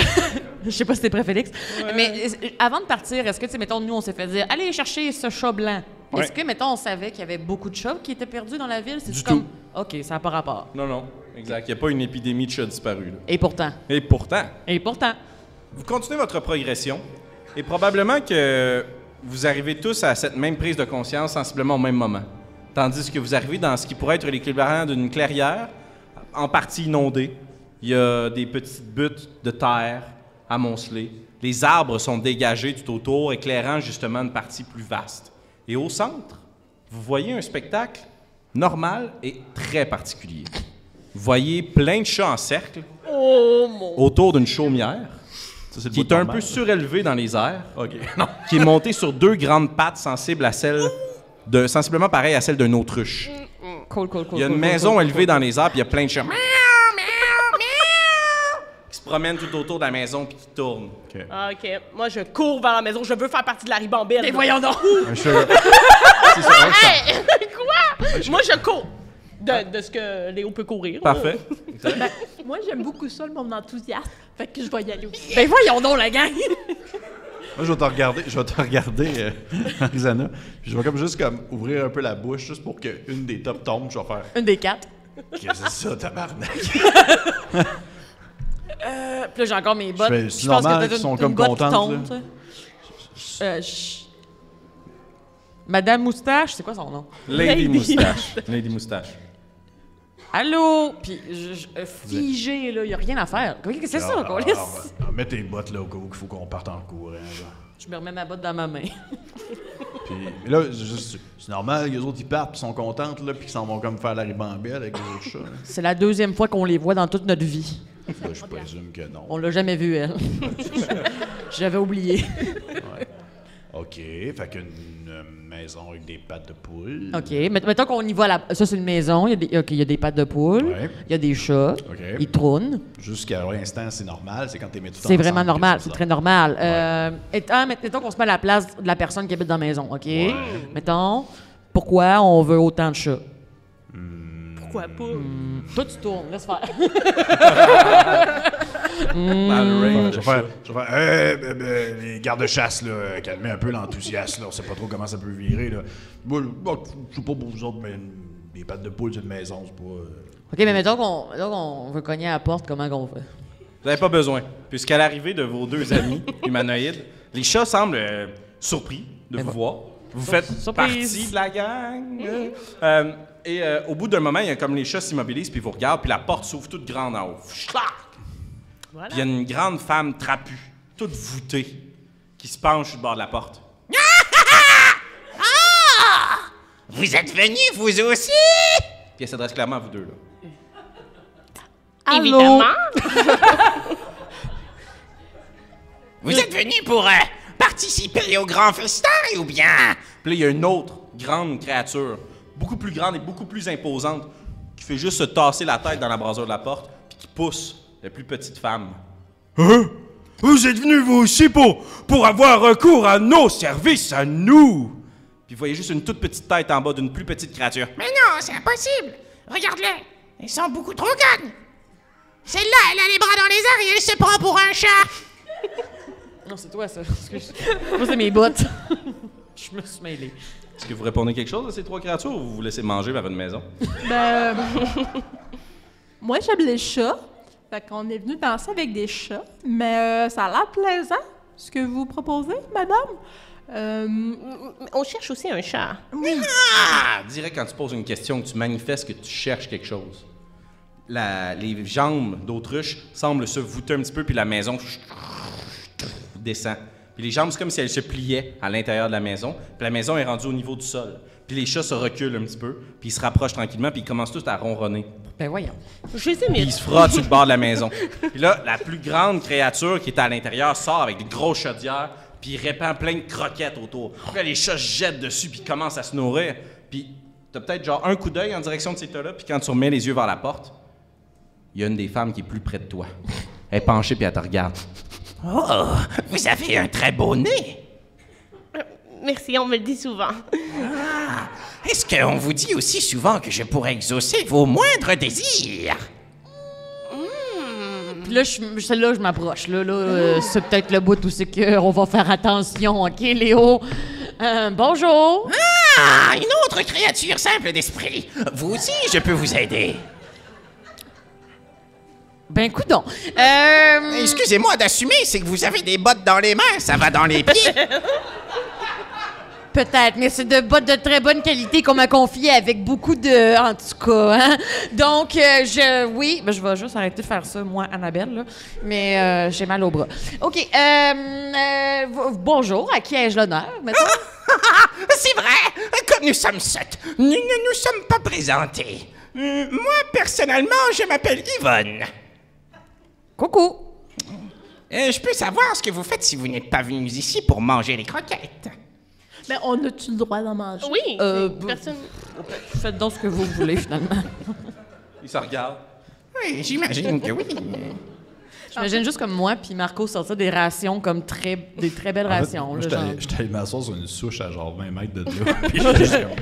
je sais pas si t'es prêt, Félix. Mais euh, avant de partir, est-ce que, tu sais, mettons, nous, on s'est fait dire, allez chercher ce chat blanc. Ouais. Est-ce que, mettons, on savait qu'il y avait beaucoup de chats qui étaient perdus dans la ville? C'est Du comme, OK, ça n'a pas rapport. Non, non, exact. Il n'y a pas une épidémie de chats disparus. là. Et pourtant, Et pourtant, et pourtant, vous continuez votre progression et probablement que vous arrivez tous à cette même prise de conscience sensiblement au même moment. Tandis que vous arrivez dans ce qui pourrait être l'équivalent d'une clairière, en partie inondée. Il y a des petites buttes de terre amoncelées. Les arbres sont dégagés tout autour, éclairant justement une partie plus vaste. Et au centre, vous voyez un spectacle normal et très particulier. Vous voyez plein de chats en cercle autour d'une chaumière Ça, c'est le qui bout est un normal. peu surélevé dans les airs, Ok, non. qui est monté sur deux grandes pattes sensibles à celles de, sensiblement pareilles à celles d'une autruche. Mm, cool, cool, cool. Il y a cool, une cool, maison cool, élevée dans les airs, puis il y a plein de chats miaou, miaou, miaou, qui se promènent tout autour de la maison puis qui tournent. Ah, OK. Moi, je cours vers la maison. Je veux faire partie de la ribambelle. Mais voyons donc. Un chat. C'est ça, un chat. Quoi? Moi, je cours de, de ce que Léo peut courir. Parfait. Moi, j'aime beaucoup ça, le monde enthousiaste. Fait que je vais y aller aussi. Ben voyons donc, la gang! Moi, je vais te regarder, je vais te regarder, euh, Arizona. Puis je vais comme juste comme ouvrir un peu la bouche juste pour qu'une des tops tombe. Je vais faire. Une des quatre. Qu'est-ce que c'est ça, tabarnak? Euh, Puis là, j'ai encore mes bottes. fais- Puis c'est Je pense que normal t'as qu'ils une- sont une comme botte qui contentes, tombe, là. tu sais. Euh, chut. Madame Moustache, c'est quoi son nom? Lady Moustache. Lady Moustache. Allô? Puis je, je- euh, figé, là, il n'y a rien à faire. Qu'est-ce que c'est ça, qu'on laisse? Ah, mets tes bottes là au cas où qu'il faut qu'on parte en courant. Là. Je me remets ma botte dans ma main. Puis mais là, c'est juste- c'est normal, les autres ils partent, puis sont contentes, là, puis qu'ils s'en vont comme faire la ribambelle avec les autres chats. là. C'est la deuxième fois qu'on les voit dans toute notre vie. Là, je présume que non. On l'a jamais vue, elle. J'avais oublié. Ok, fait qu'une euh, maison avec des pattes de poule. OK. mett- Mettons qu'on y voit la. Ça, c'est une maison. Il y a des, OK, il y a des pattes de poule. Il Ouais. y a des chats. OK. Ils trônent. Jusqu'à l'instant, c'est normal, c'est quand t'es mis tout C'est ensemble vraiment que normal, ça c'est sort. très normal. Euh, étant- mett- mettons qu'on se met à la place de la personne qui habite dans la maison, OK? Mettons, pourquoi on veut autant de chats? Pourquoi pas? Toi, tu tournes, laisse faire. Mm. Dans le range. Je vais faire, je vais faire, Hey, ben, ben, les gardes-chasse, là, euh, calmez un peu l'enthousiasme, là, on sait pas trop comment ça peut virer, là. Moi, le- moi, je sais pas pour vous autres, mais des pattes de poule d'une maison, c'est pas... euh, OK, mais mettons qu'on mettons qu'on veut cogner à la porte, comment qu'on fait? Vous n'avez pas besoin, puisqu'à l'arrivée de vos deux amis humanoïdes, les chats semblent euh, surpris de vous voir. Vous faites partie de la gang. Euh, et euh, au bout d'un moment, il y a comme les chats s'immobilisent, puis ils vous regardent, puis la porte s'ouvre toute grande en haut. Schlac! Puis il y a une grande femme trapue, toute voûtée, qui se penche sur le bord de la porte. Ah! Vous êtes venus, vous aussi? Puis elle s'adresse clairement à vous deux, là. Évidemment. Vous êtes venus pour euh, participer au grand festin ou bien Puis là, il y a une autre grande créature, beaucoup plus grande et beaucoup plus imposante, qui fait juste se tasser la tête dans la brasure de la porte, puis qui pousse la plus petite femme. Hein? Vous êtes venus vous aussi pour, pour avoir recours à nos services, à nous Puis vous voyez juste une toute petite tête en bas d'une plus petite créature. Mais non, c'est impossible Regarde-les Ils sont beaucoup trop connes Celle-là, elle a les bras dans les airs et elle se prend pour un chat Non, c'est toi, ça. Excuse. Moi, c'est mes bottes. Je me suis mêlée. Est-ce que vous répondez quelque chose à ces trois créatures ou vous vous laissez manger vers une maison Ben, euh, moi, j'aime les chats. Fait qu'on est venu danser avec des chats. Mais euh, ça a l'air plaisant, ce que vous proposez, madame. Euh, On cherche aussi un chat. Ah, direct quand tu poses une question, que tu manifestes que tu cherches quelque chose. La- les jambes d'autruche semblent se voûter un petit peu, puis la maison descend. Puis les jambes, c'est comme si elles se pliaient à l'intérieur de la maison, puis la maison est rendue au niveau du sol. Puis les chats se reculent un petit peu, puis ils se rapprochent tranquillement, puis ils commencent tous à ronronner. Ben voyons. Je les Puis ai ils se frottent sur le bord de la maison. Puis là, la plus grande créature qui est à l'intérieur sort avec des grosses chaudières, puis il répand plein de croquettes autour. Puis là, les chats se jettent dessus, puis ils commencent à se nourrir. Puis t'as peut-être genre un coup d'œil en direction de ces tas-là, puis quand tu remets les yeux vers la porte, il y a une des femmes qui est plus près de toi. Elle est penchée, puis elle te regarde. Oh, vous avez un très beau nez. Merci, on me le dit souvent. Est-ce qu'on vous dit aussi souvent que je pourrais exaucer vos moindres désirs? Puis là, je- celle-là, je m'approche. Là, là, euh, c'est peut-être le bout où c'est qu'on va faire attention, OK, Léo? Euh, bonjour! Ah, une autre créature simple d'esprit. Vous aussi, je peux vous aider. Ben, coudon. Euh, Excusez-moi d'assumer, c'est que vous avez des bottes dans les mains, ça va dans les pieds. Peut-être, mais c'est de bottes de très bonne qualité qu'on m'a confiées avec beaucoup de. En tout cas, hein? Donc, euh, je. Oui, ben, je vais juste arrêter de faire ça, moi, Annabelle, là. Mais euh, j'ai mal au bras. OK. euh, euh, v- bonjour, à qui ai-je l'honneur, mettons? c'est vrai, comme nous sommes sept, nous ne nous sommes pas présentés. Hum, Moi, personnellement, je m'appelle Yvonne. Coucou! Euh, je peux savoir ce que vous faites si vous n'êtes pas venus ici pour manger les croquettes. Mais on a-tu le droit d'en manger? Oui, Euh, c'est- b- personne. Faites donc ce que vous voulez, finalement. Il se regarde. Oui, j'imagine que oui. J'imagine juste comme moi, puis Marco sortait des rations, comme très, des très belles rations. Moi, là, j'étais genre. allé- j'étais allé m'asseoir sur une souche à genre 20 mètres de là. puis j'étais genre,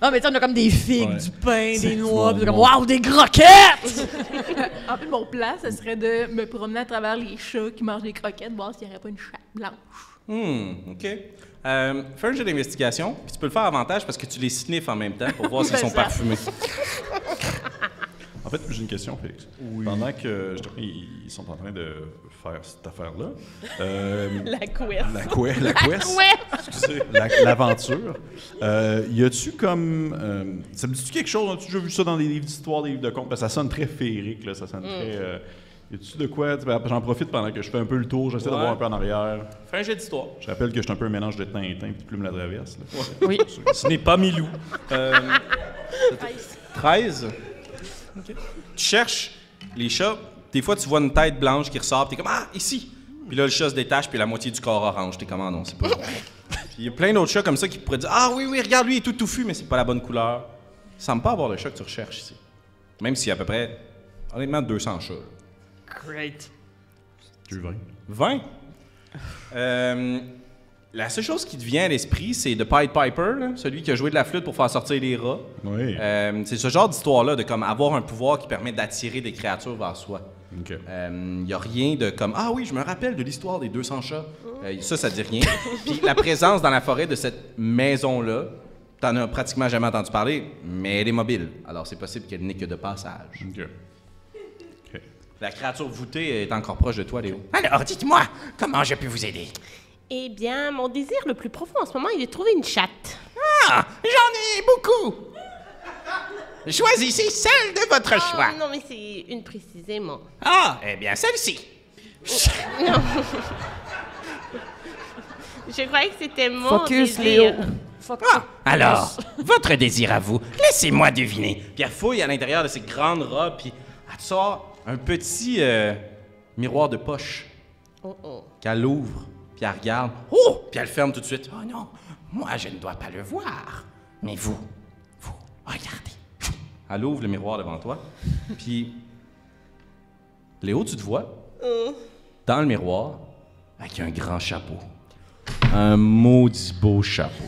Ah, mais tu sais, on a comme des figues, Ouais. du pain, C'est- des noix, mon- puis comme, mon- waouh, des croquettes! En plus, mon plan, ce serait de me promener à travers les chats qui mangent des croquettes, voir s'il n'y aurait pas une chatte blanche. Hmm, OK. Euh, fais un jeu d'investigation, puis tu peux le faire avantage parce que tu les sniffes en même temps pour voir s'ils Ben, sont ça. parfumés. En fait, j'ai une question, Félix. Pendant que je te- ils ils sont en train de faire cette affaire-là, euh, La couette. la, couette, la quest, excusez, la- l'aventure, euh, y a-tu comme. euh, ça me dit-tu quelque chose? As-tu déjà vu ça dans des livres d'histoire, des livres de contes? Parce que ça sonne très féerique, là, ça sonne très. euh, y a-tu de quoi? Tu- J'en profite pendant que je fais un peu le tour, j'essaie de Ouais. voir un peu en arrière. Fais un jeu d'histoire. Je rappelle que je suis un peu un mélange de Tintin et de Plume la Traverse. là. Oui. Ce n'est pas Milou. Euh, 13. Tu cherches les chats. Des fois, tu vois une tête blanche qui ressort, puis t'es comme Ah, ici! Puis là, le chat se détache, puis la moitié du corps orange. T'es comme Ah non, c'est pas. vrai. Puis Il y a plein d'autres chats comme ça qui pourraient dire Ah oui, oui, regarde, lui, il est tout touffu, mais c'est pas la bonne couleur. Ça semble pas avoir le chat que tu recherches ici. Même s'il y a à peu près, honnêtement, 200 chats. là. Great. Tu veux? 20. Euh, la seule chose qui te vient à l'esprit, c'est de Pied Piper, là, celui qui a joué de la flûte pour faire sortir les rats. Oui. Euh, c'est ce genre d'histoire-là de comme avoir un pouvoir qui permet d'attirer des créatures vers soi. Ok. Il n'y a rien de comme Ah oui, je me rappelle de l'histoire des 200 chats. Euh, ça, ça dit rien. Puis la présence dans la forêt de cette maison-là, t'en as pratiquement jamais entendu parler, mais elle est mobile. Alors c'est possible qu'elle n'ait que de passage. Ok. Ok. La créature voûtée est encore proche de toi, Léo. Alors, dites-moi, comment je peux vous aider? Eh bien, mon désir le plus profond en ce moment, il est de trouver une chatte. Ah, j'en ai beaucoup. Choisissez celle de votre choix. Ah, non, mais c'est une précisément. Ah, eh bien, celle-ci. Je croyais que c'était mon Focus, désir. Léo. Ah, alors, votre désir à vous, laissez-moi deviner. Puis elle fouille à l'intérieur de ses grandes robes, puis elle te sort un petit euh, miroir de poche Oh, oh. qu'elle ouvre, puis elle regarde, Oh, puis elle le ferme tout de suite. oh non, moi, je ne dois pas le voir. Mais vous, vous, regardez. Elle ouvre le miroir devant toi. Puis, Léo, tu te vois Oh. dans le miroir avec un grand chapeau. Un maudit beau chapeau.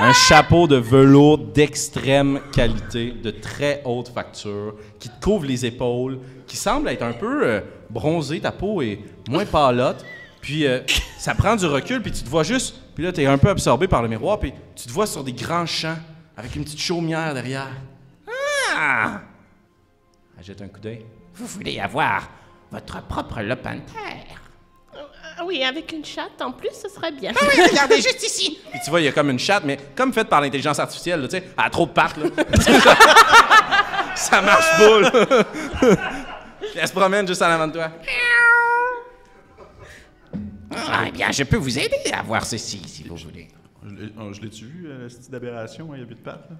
Un chapeau de velours d'extrême qualité, de très haute facture, qui te couvre les épaules, qui semble être un peu euh, bronzé, ta peau est moins pâlotte. Puis euh, ça prend du recul, puis tu te vois juste. Puis là, t'es un peu absorbé par le miroir, puis tu te vois sur des grands champs avec une petite chaumière derrière. Ah, Elle jette un coup d'œil. vous voulez avoir votre propre lopin de terre. Ah Oui, avec une chatte en plus, ce serait Ah bien. Oui, regardez, juste ici. Puis tu vois, il y a comme une chatte, mais comme faite par l'intelligence artificielle, là, tu sais, elle a trop de pattes, là. Ça marche pas, là. Puis elle se promène juste en avant de toi. Ah, eh bien, je peux vous aider à voir ceci, si vous voulez. Je l'ai- oh, Je l'ai-tu vu, euh, cette aberration, hein, il n'y a plus de pattes?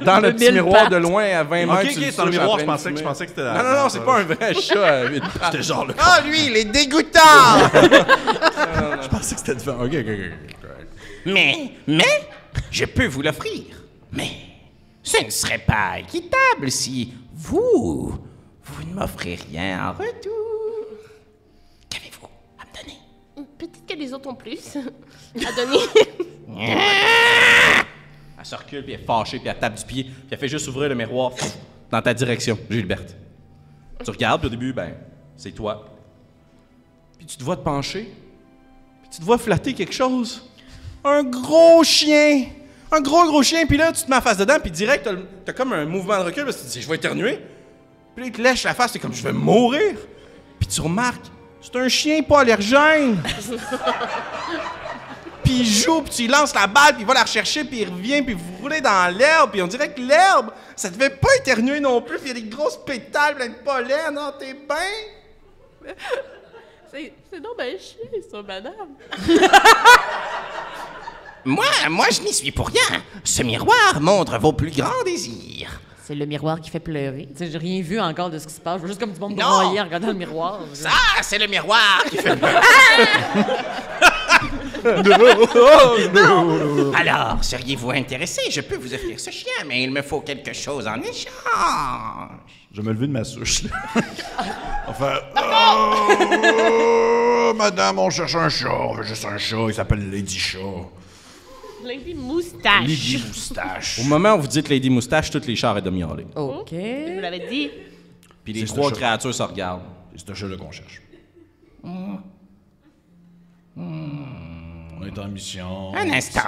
là? Dans le petit mille miroir pattes. de loin, à 20 mètres. Ok, tu ok, le c'est dans le touches en miroir, train je de pensais, que- je fumer. pensais que c'était la. Non, non, non, c'est pas un vrai chat à huit pattes. J'étais genre le Ah, lui, il est dégoûtant. Je pensais que c'était devant. Ok, ok, ok, ok. mais, mais, je peux vous l'offrir. Mais, ce ne serait pas équitable si vous, vous ne m'offrez rien en retour. Qu'avez-vous les autres ont plus à donner. Elle se recule, puis elle est fâchée, puis elle tape du pied, puis elle fait juste ouvrir le miroir pff, dans ta direction, Gilberte. Tu regardes, puis au début, ben, c'est toi. Puis tu te vois te pencher, puis tu te vois flatter quelque chose. Un gros chien! Un gros, gros chien, puis là, tu te mets la face dedans, puis direct, t'as le- t'as comme un mouvement de recul, parce que tu te dis, je vais éternuer. Puis là, il te lèche la face, t'es comme, je vais mourir! Puis tu remarques, c'est un chien pas allergène! puis il joue, puis tu lui lances la balle, puis il va la rechercher, puis il revient, puis vous roulez dans l'herbe, puis on dirait que l'herbe, ça te fait pas éternuer non plus, puis il y a des grosses pétales pleines de pollen, non, t'es bien! C'est c'est donc ben chier, ça, madame. Moi, moi, je n'y suis pour rien. Ce miroir montre vos plus grands désirs. C'est le miroir qui fait pleurer. Tu sais, j'ai rien vu encore de ce qui se passe. Je vois juste comme du monde Non! broyer en regardant le miroir. Ça, Ah, c'est le miroir qui fait Alors, seriez-vous intéressé? Je peux vous offrir ce chien, mais il me faut quelque chose en échange. Je vais me lever de ma souche. là. enfin. Oh, madame, on cherche un chat. On veut juste un chat. Il s'appelle Lady Chat. Lady Moustache. Lady Moustache. Au moment où vous dites Lady Moustache, toutes les chars est de miauler. OK. Je vous l'avais dit. Puis les C'est ce trois chat. créatures se regardent. C'est un chat-là qu'on cherche. Hmm. On est en mission. Un instant.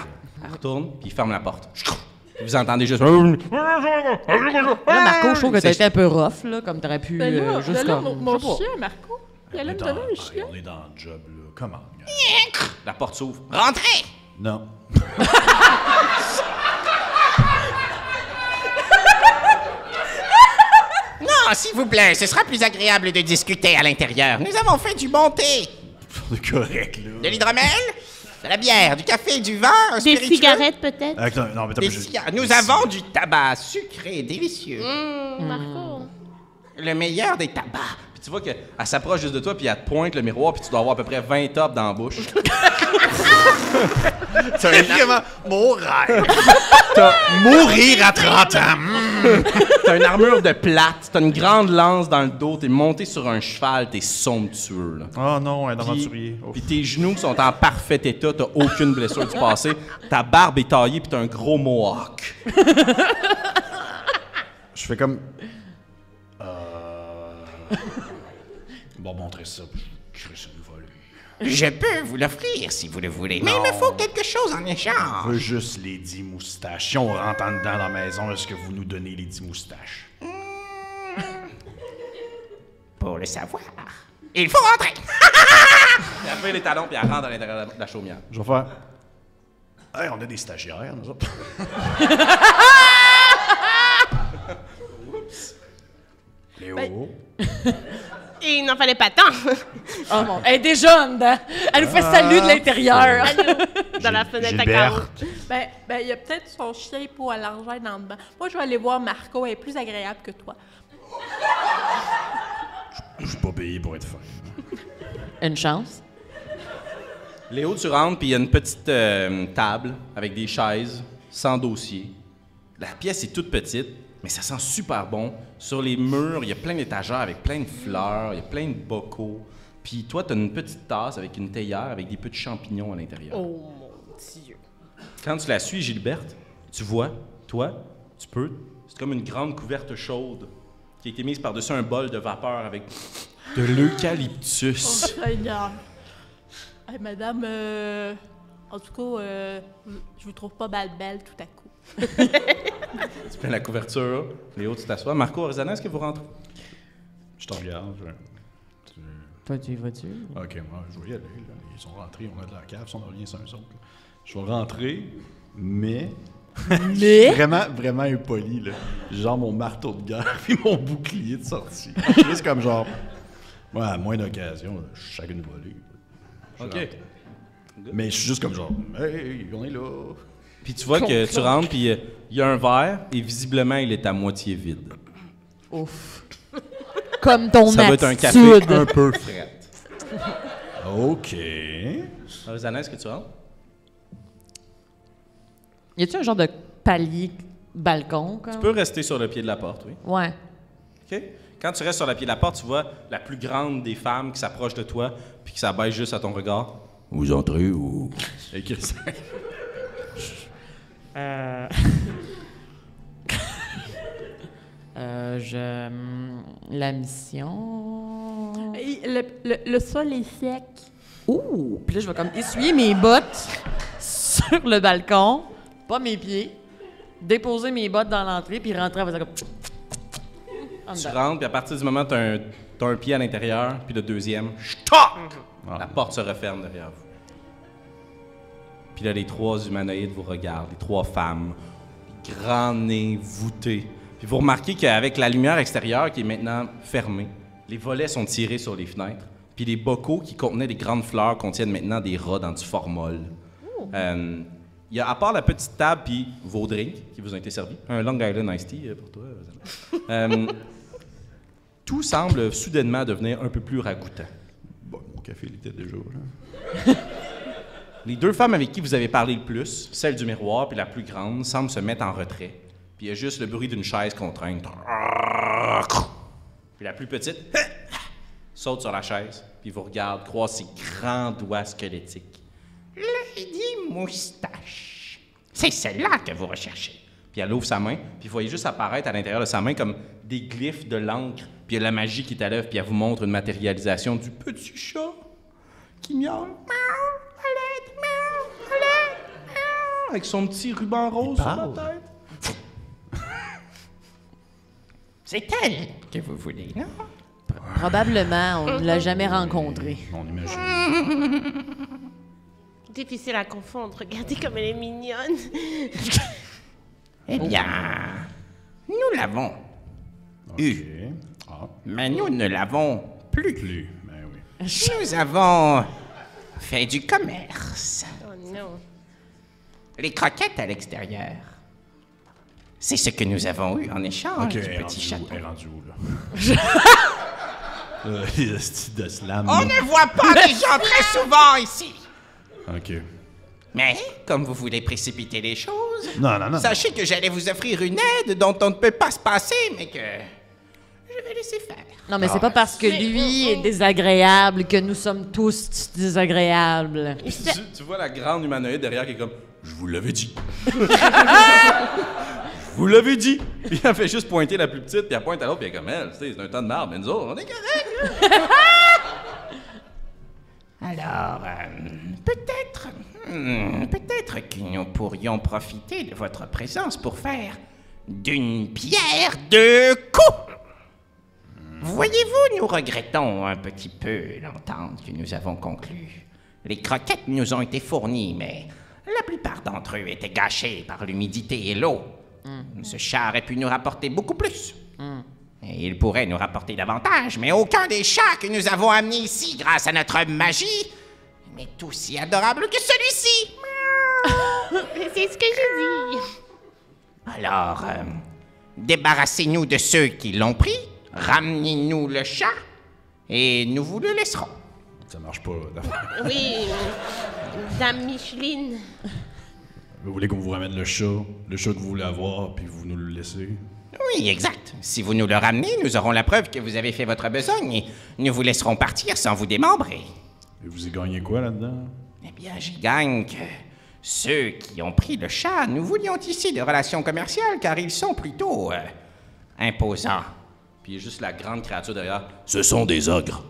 Elle retourne, puis il ferme la porte. Puis vous entendez juste. Là, Marco, je trouve que t'as été un peu rough, là, comme t'aurais pu Ben là, euh, juste là, comme... mon, je mon sais pas. chien, Marco, il On allait est me dans, donner un chien. on est dans le job, là. Comment? La porte s'ouvre. Rentrez! Non. Non, s'il vous plaît, ce sera plus agréable de discuter à l'intérieur. Nous avons fait du bon thé, On est correct, de là. l'hydromel, de la bière, du café, du vin, un Des spiritueux, cigarettes, peut-être? Avec un- non, mais t'as des pas- cigares. Nous avons du tabac sucré, délicieux. Marco. Le meilleur des tabacs. Puis tu vois qu'elle s'approche juste de toi, puis elle te pointe le miroir, puis tu dois avoir à peu près 20 tops dans la bouche. C'est vraiment mon rêve. T'as- Mourir à 30 ans. mm. T'as une armure de plate, t'as une grande lance dans le dos, t'es monté sur un cheval, t'es somptueux. Là. Oh non, un Puis- aventurier. Oh. Puis tes genoux sont en parfait état, t'as aucune blessure du passé, ta barbe est taillée, puis t'as un gros mohawk. Je fais comme. Euh... bon, montrer ça. puis Je crée ça une volée. Je peux vous l'offrir si vous le voulez, mais il me faut quelque chose en échange. On veut juste les 10 moustaches. Si on rentre en dedans dans la maison, est-ce que vous nous donnez les 10 moustaches? Pour le savoir, il faut rentrer. Elle fait les talons, puis elle rentre à l'intérieur de la- de la chaumière. Je vais faire. Hey, on a des stagiaires, nous autres. Oups. Léo. Et il n'en fallait pas tant. Oh, mon... Elle est déjà en dedans. Elle nous fait salut de l'intérieur. Dans la fenêtre à Gilbert. carreaux. Ben, ben, il y a peut-être son chien pour à l'argent dans le banc. Moi, je vais aller voir Marco, elle est plus agréable que toi. Je suis pas payé pour être fin. Une chance. Léo, tu rentres, puis il y a une petite euh, table avec des chaises, sans dossier. La pièce est toute petite, mais ça sent super bon. Sur les murs, il y a plein d'étagères avec plein de fleurs, il y a plein de bocaux. Puis toi, t'as une petite tasse avec une théière avec des petits champignons à l'intérieur. Oh mon Dieu. Quand tu la suis, Gilberte, tu vois, toi, tu peux. C'est comme une grande couverte chaude qui a été mise par-dessus un bol de vapeur avec de Oh l'eucalyptus. Seigneur. Hey, madame, euh, en tout cas, euh, je vous trouve pas belle belle tout à coup. tu prends la couverture. Léo, tu t'assois. Marco Arizana, est-ce que vous rentrez? Je t'en regarde. je- tu- Toi, tu y vas-tu? Ok, moi, je vais y aller. là. Ils sont rentrés, on a de la cave, ils sont revenus sur eux autres. là. Je vais rentrer, mais. Mais... Vraiment, vraiment impoli, là. Genre mon marteau de guerre et mon bouclier de sortie. Juste comme genre. Moi, à moins d'occasion, là, je chacune volée. Je rentre. Mais je suis juste comme genre. Hey, on est là. Puis tu vois que tu rentres, puis euh, il y a un verre, et visiblement, il est à moitié vide. Ouf. Comme ton Ça va être un café Ah. attitude. un peu frais. Ok. Arizana, est-ce que tu rentres? Y a-tu un genre de palier balcon, comme? Tu peux rester sur le pied de la porte, oui. Ouais. OK? Quand tu restes sur le pied de la porte, tu vois la plus grande des femmes qui s'approche de toi, puis qui s'abaisse juste à ton regard. Vous entrez ou. Et Chris- Euh... euh, je... hum, La mission... Et Le, le- le sol est sec. Ouh! Puis là, je vais comme essuyer mes bottes sur le balcon, pas mes pieds, déposer mes bottes dans l'entrée, puis rentrer en faisant comme... En Tu dedans. rentres, puis à partir du moment où tu as, un pied à l'intérieur, puis le deuxième, la porte se referme derrière vous. Puis là, les trois humanoïdes vous regardent, les trois femmes, grands nez, voûtés. Puis vous remarquez qu'avec la lumière extérieure qui est maintenant fermée, les volets sont tirés sur les fenêtres, puis les bocaux qui contenaient des grandes fleurs contiennent maintenant des rats dans du formol. Euh, Il y a, à part la petite table puis vos drinks qui vous ont été servis, un Long Island Iced Tea euh, pour toi. Zana. Euh, tout semble soudainement devenir un peu plus ragoûtant. Bon, mon café, il était déjà là. Les deux femmes avec qui vous avez parlé le plus, celle du miroir puis la plus grande, semblent se mettre en retrait. Puis il y a juste le bruit d'une chaise contrainte. Puis la plus petite saute sur la chaise, puis vous regarde, croise ses grands doigts squelettiques. Lady Moustache. C'est celle-là que vous recherchez. Puis elle ouvre sa main, puis vous voyez juste apparaître à l'intérieur de sa main comme des glyphes de l'encre, puis il y a la magie qui est à l'œuvre, puis elle vous montre une matérialisation du petit chat qui miaule. Miaou, à l'aide, miaou, à l'aide, miaou, Avec son petit ruban rose sur la tête. C'est elle que vous voulez, non? Probablement, on ne l'a jamais rencontré. On imagine. Difficile à confondre. Regardez comme elle est mignonne. Eh bien, nous l'avons, Ok. Ah, mais nous ne l'avons plus. plus. Ben oui. Nous avons fait du commerce. Oh non. Les croquettes à l'extérieur. C'est ce que nous avons eu en échange Ok, Ah, du elle est petit rendue chaton. où, elle est rendue où, là? Euh, Les hosties de slam. On ne voit pas des gens très souvent ici. Ok. Mais, comme vous voulez précipiter les choses, Non, non, non. sachez que j'allais vous offrir une aide dont on ne peut pas se passer, mais que je vais laisser faire. Non, mais c'est pas parce que lui est désagréable que nous sommes tous désagréables. Puis tu, tu vois la grande humanoïde derrière qui est comme Je vous l'avais dit. Je vous l'avez dit. Puis elle fait juste pointer la plus petite, puis elle pointe à l'autre, puis elle est comme elle, tu sais, c'est un temps de marbre, mais nous autres, on est correct. Alors, euh, peut-être, hmm, peut-être que nous pourrions profiter de votre présence pour faire d'une pierre deux coups. Voyez-vous, nous regrettons un petit peu l'entente que nous avons conclue. Les croquettes nous ont été fournies, mais la plupart d'entre eux étaient gâchés par l'humidité et l'eau. Ce chat aurait pu nous rapporter beaucoup plus. Et il pourrait nous rapporter davantage, mais aucun des chats que nous avons amenés ici grâce à notre magie n'est aussi adorable que celui-ci. Mais C'est ce que j'ai dit. Alors, euh, débarrassez-nous de ceux qui l'ont pris, ramenez-nous le chat, et nous vous le laisserons. Ça marche pas. d'affaire. Oui. Dame Micheline. vous voulez qu'on vous ramène le chat, le chat que vous voulez avoir, puis vous nous le laissez? Oui, exact. Si vous nous le ramenez, nous aurons la preuve que vous avez fait votre besogne, et nous vous laisserons partir sans vous démembrer. Et vous y gagnez quoi là-dedans? Eh bien, j'y gagne que ceux qui ont pris le chat, nous voulions ici des relations commerciales car ils sont plutôt euh, imposants. Puis il y a juste la grande créature derrière. Ce sont des ogres.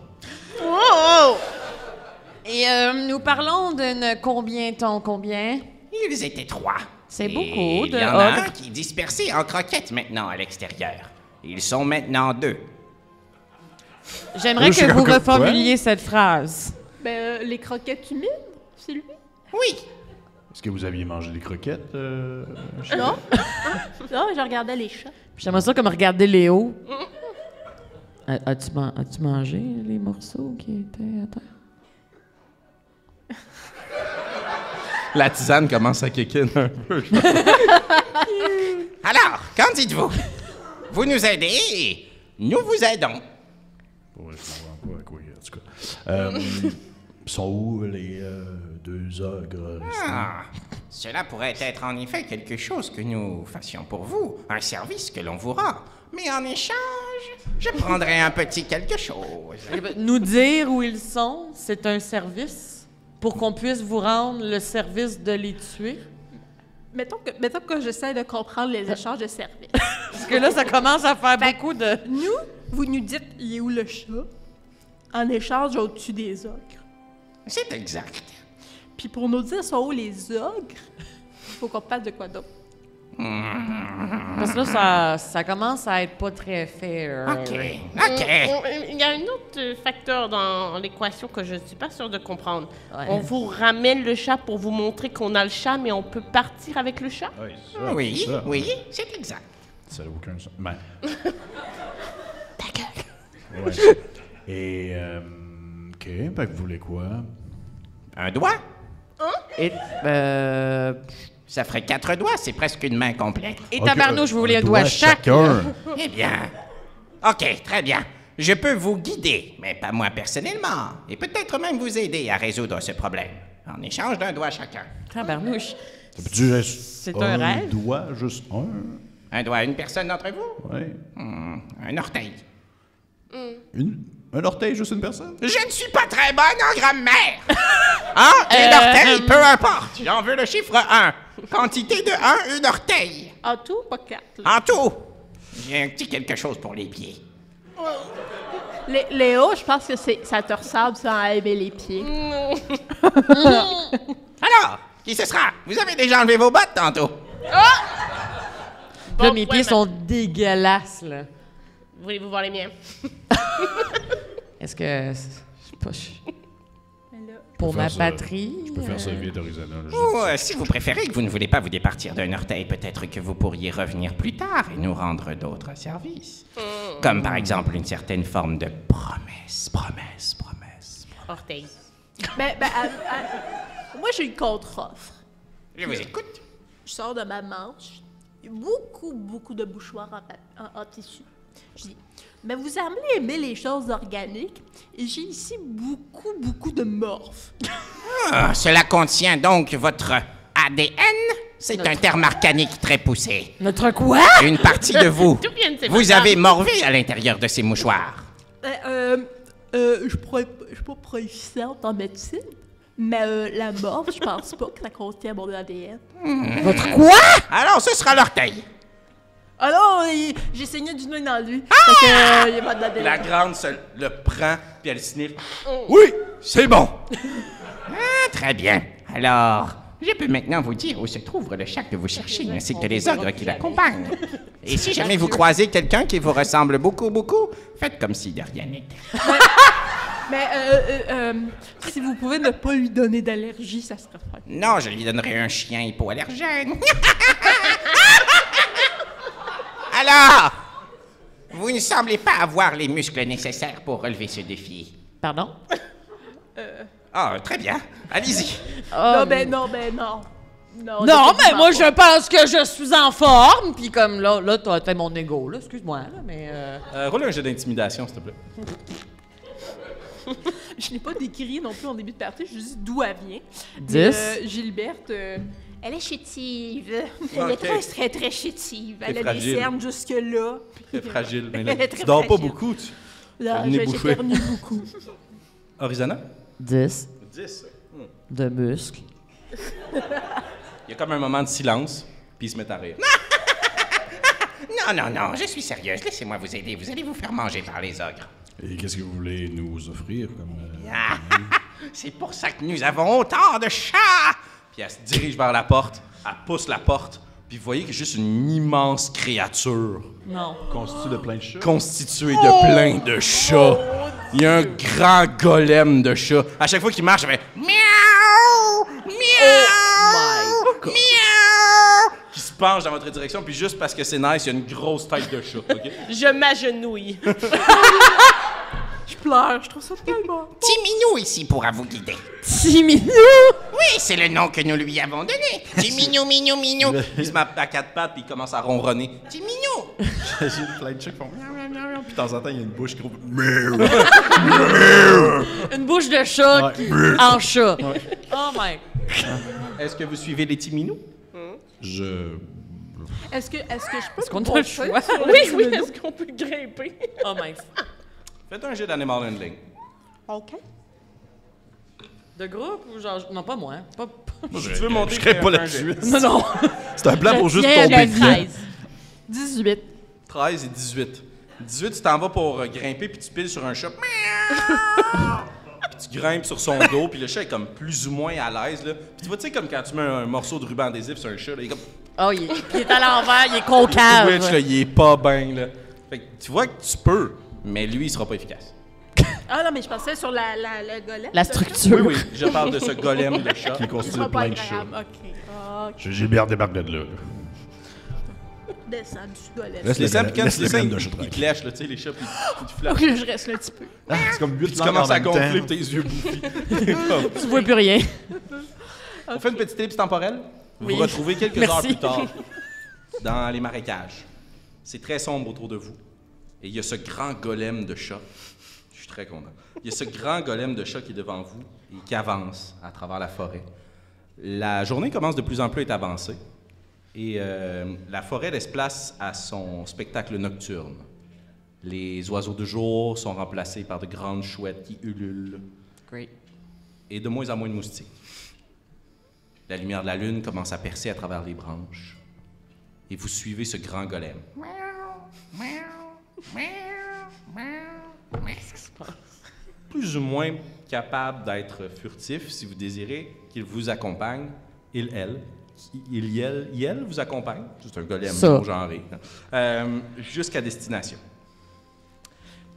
Et euh, nous parlons d'une combien ton combien? Ils étaient trois. C'est Et beaucoup Il de y en a un ogres. qui est dispersé en croquettes maintenant à l'extérieur. Ils sont maintenant deux. J'aimerais Je que vous suis encore- reformuliez cette phrase. Ben, euh, les croquettes humides, c'est lui? Oui, Est-ce que vous aviez mangé des croquettes? euh, Non? non, Ah, je regardais les chats. J'aimerais ça comme regarder Léo. A- As-tu man- as-tu mangé les morceaux qui étaient à terre? La tisane commence à kicker un peu. Alors, qu'en dites-vous Vous nous aidez et nous vous aidons. Ouais, je comprends pas à quoi, en tout cas. Euh, sont où les euh, deux ogres? Ah, cela pourrait être en effet quelque chose que nous fassions pour vous, un service que l'on vous rend. Mais en échange, je Eh ben, prendrai un petit quelque chose. Nous dire où ils sont, c'est un service? pour qu'on puisse vous rendre le service de les tuer? Mettons que, mettons que j'essaie de comprendre les échanges de services. Parce que là, ça commence à faire beaucoup de... Nous, vous nous dites, il est où le chat? En échange, au-dessus des ogres. C'est exact. Puis pour nous dire sont où les ogres, il faut qu'on parle de quoi d'autre. Parce que là, ça, ça commence à être pas très fair. Euh, OK. OK. On- on- Il y a un autre euh, facteur dans l'équation que je ne suis pas sûre de comprendre. Ouais. On vous ramène le chat pour vous montrer qu'on a le chat, mais on peut partir avec le chat? Ouais, ça, Oui, ça. oui, c'est exact. Ça n'a aucun sens. Ben. Ta gueule! Ouais. Et. Euh, ok, fait que vous voulez quoi? Un doigt, Et, euh, ça ferait quatre doigts, c'est presque une main complète. et Ok, tabarnouche, vous un- voulez un le doigt chaque... Chacun! Eh bien, OK, très bien. Je peux vous guider, mais pas moi personnellement, et peut-être même vous aider à résoudre ce problème, en échange d'un doigt chacun. Tabarnouche. C'est un rêve? doigt, juste un. Un doigt à une personne d'entre vous, Ouais. Hmm, un orteil. Une, un orteil, juste une personne? Je ne suis pas très bonne en grammaire. Hein? Un orteil, peu importe. J'en veux le chiffre 1. Quantité de 1, une orteil. En Ah, tout, pas quatre. là. En tout, j'ai un petit quelque chose pour les pieds. Lé- Léo, je pense que c'est- ça te ressemble, ça, à aimer les pieds. Alors, qui ce sera? Vous avez déjà enlevé vos bottes tantôt. Là, Bon, mes ouais, ben. pieds mais- sont dégueulasses, là. Voulez-vous voir les miens? Est-ce que... Je sais pas, je- Pour faire ma ça. patrie... Je peux faire ça via Dorizana. Ou, euh, si vous préférez que vous ne voulez pas vous départir d'un orteil, peut-être que vous pourriez revenir plus tard et nous rendre d'autres services. Comme par exemple une certaine forme de promesse, promesse, promesse. Orteil. Ben, ben, à- à- moi, j'ai une contre-offre. Je vous écoute. Je sors de ma manche beaucoup, beaucoup de mouchoirs en, pa- en- en tissu. Je dis, mais vous semblez aimer les choses organiques et j'ai ici beaucoup, beaucoup de morphes. Ah, cela contient donc votre ADN. C'est un terme arcanique très poussé. Notre quoi? Une partie de vous. D'où viennent ces Vous bâtards? avez morvé à l'intérieur de ces mouchoirs. Euh, euh, euh, je pourrais- je suis pas proficiente en médecine, mais euh, la morphe, je pense pas que ça contient mon ADN. Votre quoi? Alors ce sera l'orteil. Ah non, il- j'ai saigné du nez dans lui. Fait que, euh, il y a pas d'ADN. La grande se le prend, puis elle sniffe. Oui, c'est bon. Mm. Ah, très bien. Alors, je peux maintenant vous dire où se trouve le chat que vous cherchez, ainsi que les ogres qui l'accompagnent. Et si jamais vous croisez quelqu'un qui vous ressemble beaucoup, beaucoup, faites comme si de rien n'était. Mais euh, euh, euh, si vous pouvez ne pas lui donner d'allergie, ça serait fun. Non, je lui donnerai un chien hypoallergène. Alors, vous ne semblez pas avoir les muscles nécessaires pour relever ce défi. Pardon? Ah, très bien. Allez-y. Oh, Ah, non, ben non, ben non. Non, Non, mais définitivement moi, pas. je pense que je suis en forme. Puis comme là, là, t'as atteint mon ego, là. Excuse-moi, là, mais... euh, Euh, roule un jeu d'intimidation, s'il te plaît. Je n'ai pas décrit non plus en début de partie, je dis d'où elle vient. Dix. Euh, Gilberte, euh, elle est chétive. Elle Ok. est très, très, très chétive. Elle a fragile. des cernes jusque-là. T'es fragile. mais là, Elle est tu très dors pas fragile. beaucoup, tu. Là, Le nez je- bouché. j'éternue beaucoup. Orizana? 10 10. de muscles. Il y a comme un moment de silence, puis ils se mettent à rire. Non, non, non, je suis sérieuse. Laissez-moi vous aider. Vous allez vous faire manger par les ogres. Ah, Et qu'est-ce que vous voulez nous offrir comme. euh, C'est pour ça que nous avons autant de chats. Puis elle se dirige vers la porte, elle pousse la porte, puis vous voyez que juste une immense créature Constitué de plein de chats. constituée Oh! de plein de chats. Il y a un grand golem de chats. À chaque fois qu'il marche, il fait Oh miaou, miaou, miaou, qui se penche dans votre direction, puis juste parce que c'est nice, il y a une grosse tête de chat. ok? Je m'agenouille. Je pleure, je trouve ça tellement. Timinou ici pourra vous guider. Timidou! Oui, c'est le nom que nous lui avons donné. Timinou, minou, minou. Il se met à quatre pattes, puis il commence à ronronner. Timinou. J'ai plein de chats qui font. miaou, miaou, miaou. Puis de temps en temps, il y a une bouche qui rouvre. Miaou. Une bouche de chat Ouais. qui... en chat. Oh my... Est-ce que vous suivez les Timinous? Je. Est-ce que, est-ce que je peux. Est-ce qu'on a le choix? oui, oui, est-ce qu'on peut grimper? Oh my... Faites un jeu d'animal handling. OK. De groupe ou genre. je- Non, pas moi. hein. Pas, pas- Moi, je, veux monter, je crée fais pas un là-dessus. Non, non. C'est un plan pour juste Tiens, tomber le dedans. 13. 18. 13 et 18. 18, tu t'en vas pour euh, grimper, puis tu piles sur un chat. puis tu grimpes sur son dos, puis le chat est comme plus ou moins à l'aise. là. Puis tu vois, tu sais, comme quand tu mets un, un morceau de ruban adhésif sur un chat, là, il est comme. Oh, il est, il est à l'envers, il est Le Twitch, là, concave. il est pas bien. là. Fait que tu vois que tu peux, mais lui, il sera pas efficace. Ah non, mais je pensais sur la, la, le golem. La Oui, structure. oui, je parle de ce golem de chat. Qui est Ce constitué de sera pas plein de agréable. choses. OK. Ah, Je- Gilbert débarque de là. descends du golem. Tu les sens, puis quand laisse tu le les sens, golem ils de chat ils tranquille. clashent, là, tu sais, les chats, puis ils- ils flappent. Faut que je reste un petit peu. Ah, c'est comme Puis 8 tu langues en commences à même gonfler, temps. puis tes yeux bouffis. Tu vois plus rien. On fait une petite ellipse temporelle. Vous Oui. vous retrouvez quelques Merci. heures plus tard dans les marécages. C'est très sombre autour de vous. Et il y a ce grand golem de chat. Je suis très content. Il y a ce grand golem de chat qui est devant vous et qui avance à travers la forêt. La journée commence de plus en plus à être avancée. Et euh, la forêt laisse place à son spectacle nocturne. Les oiseaux de jour sont remplacés par de grandes chouettes qui ululent Great. et de moins en moins de moustiques. La lumière de la lune commence à percer à travers les branches. Et vous suivez ce grand golem. Plus ou moins capable d'être furtif, si vous désirez, qu'il vous accompagne. Il, elle. Il, y elle, il, elle vous accompagne. C'est un golem Ça. non genré. Euh, Jusqu'à destination.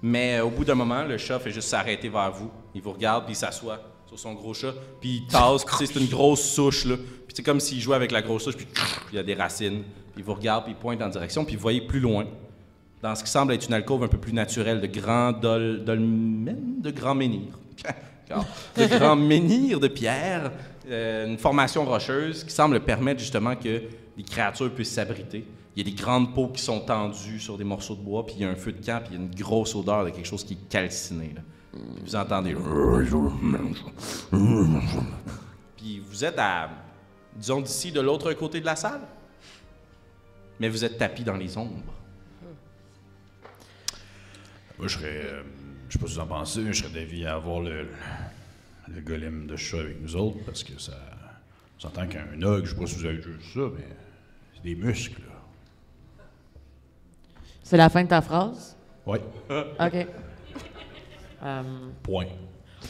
Mais euh, au bout d'un moment, le chat fait juste s'arrêter vers vous. Il vous regarde, puis il s'assoit sur son gros chat, puis il tasse, puis tu sais, c'est une grosse souche, là. Puis c'est comme s'il jouait avec la grosse souche, puis il y a des racines. Puis il vous regarde, puis il pointe en direction, puis vous voyez plus loin, dans ce qui semble être une alcôve un peu plus naturelle, de grands dol, dolmen, de grands menhirs. Regarde. de grands menhirs de pierre, euh, une formation rocheuse qui semble permettre justement que les créatures puissent s'abriter. Il y a des grandes peaux qui sont tendues sur des morceaux de bois, puis il y a un feu de camp, puis il y a une grosse odeur de quelque chose qui est calciné. là. Puis vous entendez. Puis vous êtes à, disons, d'ici de l'autre côté de la salle. Mais vous êtes tapis dans les ombres. Moi, je serais. euh, je sais pas si vous en pensez, je serais d'avis à avoir le, le, le golem de chat avec nous autres parce que ça. On s'entend qu'un ogre, je sais pas si vous avez juste ça, mais c'est des muscles, là. C'est la fin de ta phrase? Ouais. OK. Hum, Point.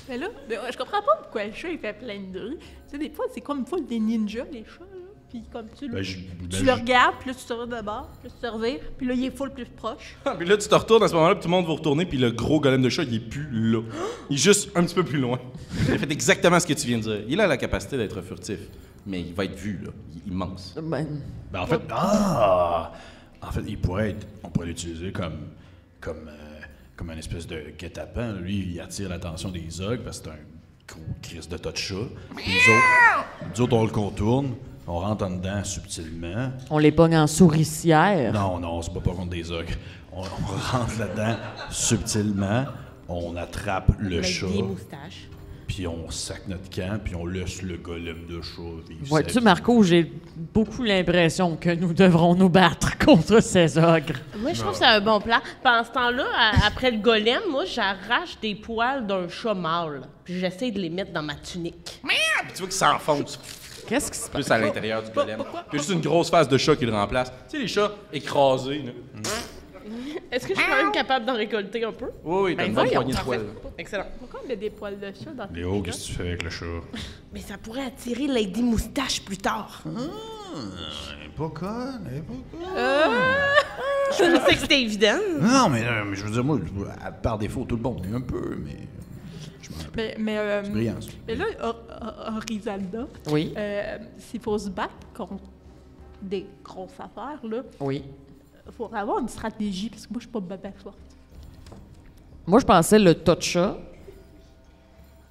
Mais là, mais, ouais, je comprends pas pourquoi le chat, il fait plein de bruit. Tu sais, des fois, c'est comme full des ninjas, les chats, là. Puis comme tu le... Ben, je- ben, tu je- le regardes, puis là, tu te revires de bord, puis là, tu te revires, puis là, il est full plus proche. puis Ah, là, tu te retournes à ce moment-là, puis tout le monde va retourner, puis le gros golem de chat, il est plus là. Il est juste un petit peu plus loin. Il a fait exactement ce que tu viens de dire. Il a la capacité d'être furtif, mais il va être vu, là. Il est immense. ben, Ben, en fait, ah! En fait, il pourrait être, on pourrait l'utiliser comme, comme, euh, comme un espèce de guet-apens. Lui, il attire l'attention des ogres parce que c'est un gros crise de tas de chat. Nous autres, nous autres, on le contourne, on rentre en dedans subtilement. on les pogne en souricière. Non, non, c'est pas pas contre des ogres. On, on rentre là-dedans subtilement, on attrape le Avec chat, des moustaches. puis on sac notre camp, puis on laisse le golem de chat vivre sa Vois-tu, vie. Marco, j'ai beaucoup l'impression que nous devrons nous battre contre ces ogres. Moi, je trouve que c'est un bon plan. Pendant ce temps-là, à- après le golem, moi, j'arrache des poils d'un chat mâle. Puis j'essaie de les mettre dans ma tunique. Puis tu vois qu'il s'enfonce. Qu'est-ce qui se passe? plus à l'intérieur du golem. Puis juste une grosse face de chat qui le remplace. Tu sais, les chats écrasés. là. Est-ce que je suis quand même capable d'en récolter un peu? Oui, oui, t'as une bonne poignée de poils. Excellent. Pourquoi on met des poils de chat dans tes Léo, culottes? oh, qu'est-ce que tu fais avec le chat? Mais ça pourrait attirer Lady Moustache plus tard. Pas con, pas Je sais que c'était évident. Non, mais, euh, mais je veux dire, moi, je- à- par défaut, tout le monde est un peu, mais. Je m'en rappelle. Mais, mais, euh, C'est brillant, ça. mais là, Or- Or- Orizalda, Oui, euh, s'il faut se battre contre des grosses affaires, là, oui. faut avoir une stratégie, parce que moi, je suis pas baba forte. Moi, je pensais le tas de chat.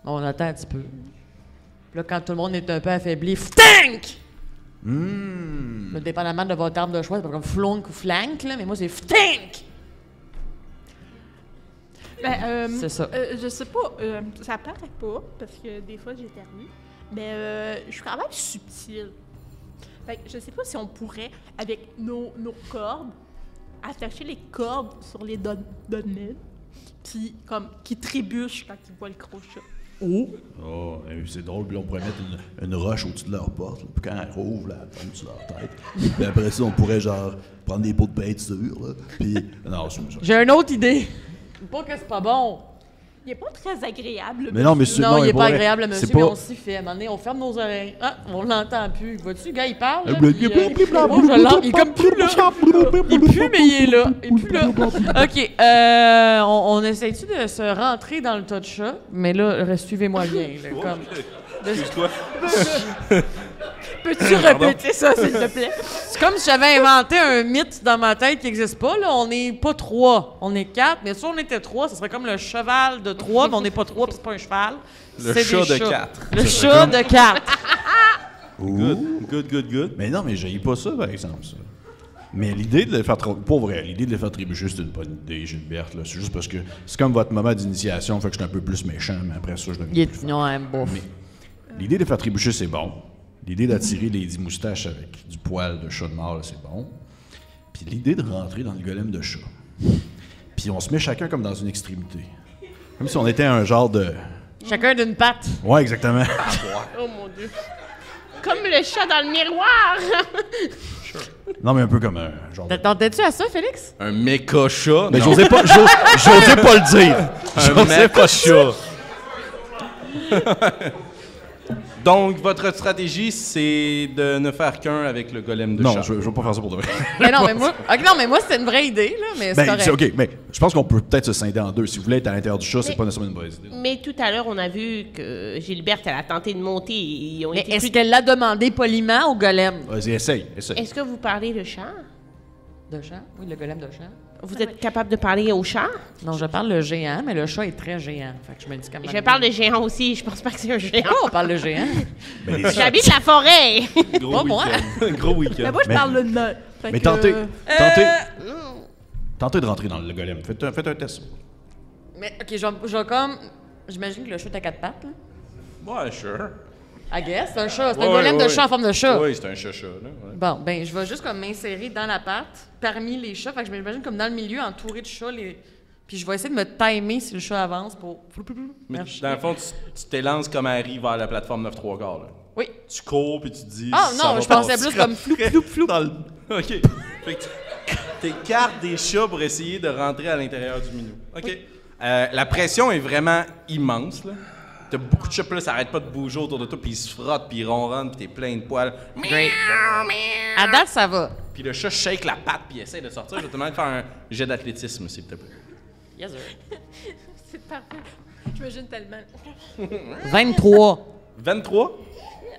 On attend un petit peu. Puis Là, quand tout le monde est un peu affaibli, FTANK! Là, Dépendamment de votre arme de choix, c'est pas comme flonk ou flank, là, mais moi, c'est FTANK! Ben, euh, C'est ça. euh, je sais pas, euh, ça paraît pas, parce que des fois j'éternue, mais euh, je suis quand même subtile. Fait que je sais pas si on pourrait, avec nos, nos cordes, attacher les cordes sur les don- dolmens, puis comme, qui trébuchent quand ils voient le crochet. Ou. Oh, euh, c'est drôle, puis là, on pourrait mettre une, une roche au-dessus de leur porte. là, puis quand elle rouvre, là, elle tombe sur leur tête. puis après ça, on pourrait, genre, prendre des pots de peinture, là. Puis. Non, c'est J'ai une autre idée. Pas que c'est pas bon. Il n'est pas très agréable. Mais non, monsieur. Non, il est pas pourrait- agréable, c'est monsieur, mais on s'y fait. À un moment donné, on ferme nos oreilles. Ah, on l'entend plus. Vois-tu, le gars, il parle. là, puis, euh, il fait, bon, je l'en- il est comme plus là. Il pue, mais il est là. Il pue là. OK. euh, on, on essaie-tu de se rentrer dans le tas de chat? Mais là, re- suivez-moi bien. là, comme- Excuse-toi. Peux-tu répéter ça, s'il te plaît? C'est comme si j'avais inventé un mythe dans ma tête qui n'existe pas. Là. On n'est pas trois, on est quatre. Mais si on était trois, ce serait comme le cheval de trois, mais on n'est pas trois, puis c'est pas un cheval. Le C'est chat des de chats. quatre. Le chat de quatre. Good, good, good, good. Mais non, mais j'ai pas ça, par exemple, ça. Mais l'idée de les faire tri- pour vrai, l'idée de les faire tribucher, c'est une bonne idée, Gilberte. là. C'est juste parce que c'est comme votre moment d'initiation, fait que je suis un peu plus méchant, mais après ça, je deviens Il plus est fort. non, hein, bof. L'idée de les faire trébucher, c'est bon. L'idée d'attirer les dix moustaches avec du poil de chat de mort, là, c'est bon. Puis l'idée de rentrer dans le golem de chat. Puis on se met chacun comme dans une extrémité. Comme si on était un genre de. Chacun d'une patte. Ouais, exactement. Oh mon Dieu. Comme le chat dans le miroir. Non, mais un peu comme un genre de. T'attendais-tu à ça, Félix? Un méca chat. Mais non. j'osais pas, j'os- j'osais pas le dire. Un méca chat. Donc, votre stratégie, c'est de ne faire qu'un avec le golem de Non, chat. je, je vais pas faire ça pour de vrai. Mais non, mais moi, ok, non, mais moi c'était une vraie idée, là, mais c'est Ben, correct. c'est OK, mais je pense qu'on peut peut-être se scinder en deux. Si vous voulez être à l'intérieur du chat, c'est pas nécessairement une bonne idée. Mais tout à l'heure, on a vu que Gilberte, elle a tenté de monter. et Ils ont Mais été est-ce plus- qu'elle l'a demandé poliment au golem? Vas-y, essaye, essaye. Est-ce que vous parlez le chat? De chat? Oui, le golem de chat. Vous êtes capable de parler au chat? Non, je parle le géant, mais le chat est très géant. Fait que je me dis comment. Je parle de géant aussi. Je pense pas que c'est un géant. Pourquoi on parle le géant? J'habite la forêt. Pas moi. Gros week-end. Mais moi, je Mais- parle le nain. Fait Mais que- tentez, tentez, tentez de rentrer dans le golem. Faites un, faites un test. Mais ok, je vais- je vais comme. J'imagine que le chat est à quatre pattes, là. Ouais, sure. I guess, c'est un chat. C'est Ouais, un golem ouais, de ouais. chat en forme de chat. Oui, c'est un chat-chat. là, ouais. Bon, ben, je vais juste comme m'insérer dans la patte, parmi les chats. Fait que je m'imagine comme dans le milieu, entouré de chats. Les... Puis je vais essayer de me timer si le chat avance pour. Mais marcher. dans le fond, tu tu t'élances comme Harry vers la plateforme 9 3 quarts. là. Oui. Tu cours puis tu dis. Ah ça non, va je pensais passer. plus comme flou, flou, flou. Dans le- OK. Fait que tu- t'écartes des chats pour essayer de rentrer à l'intérieur du minou. OK. Euh, la pression est vraiment immense, là. T'as beaucoup de chats, puis là, ça arrête pas de bouger autour de toi, puis ils se frottent, puis ils ronronnent, puis t'es plein de poils. Great. À date, ça va. Puis le chat shake la patte, puis il essaie de sortir. Je vais te demander de faire un jet d'athlétisme, s'il te plaît. Yes, sir. C'est parfait. J'imagine tellement. 23. 23,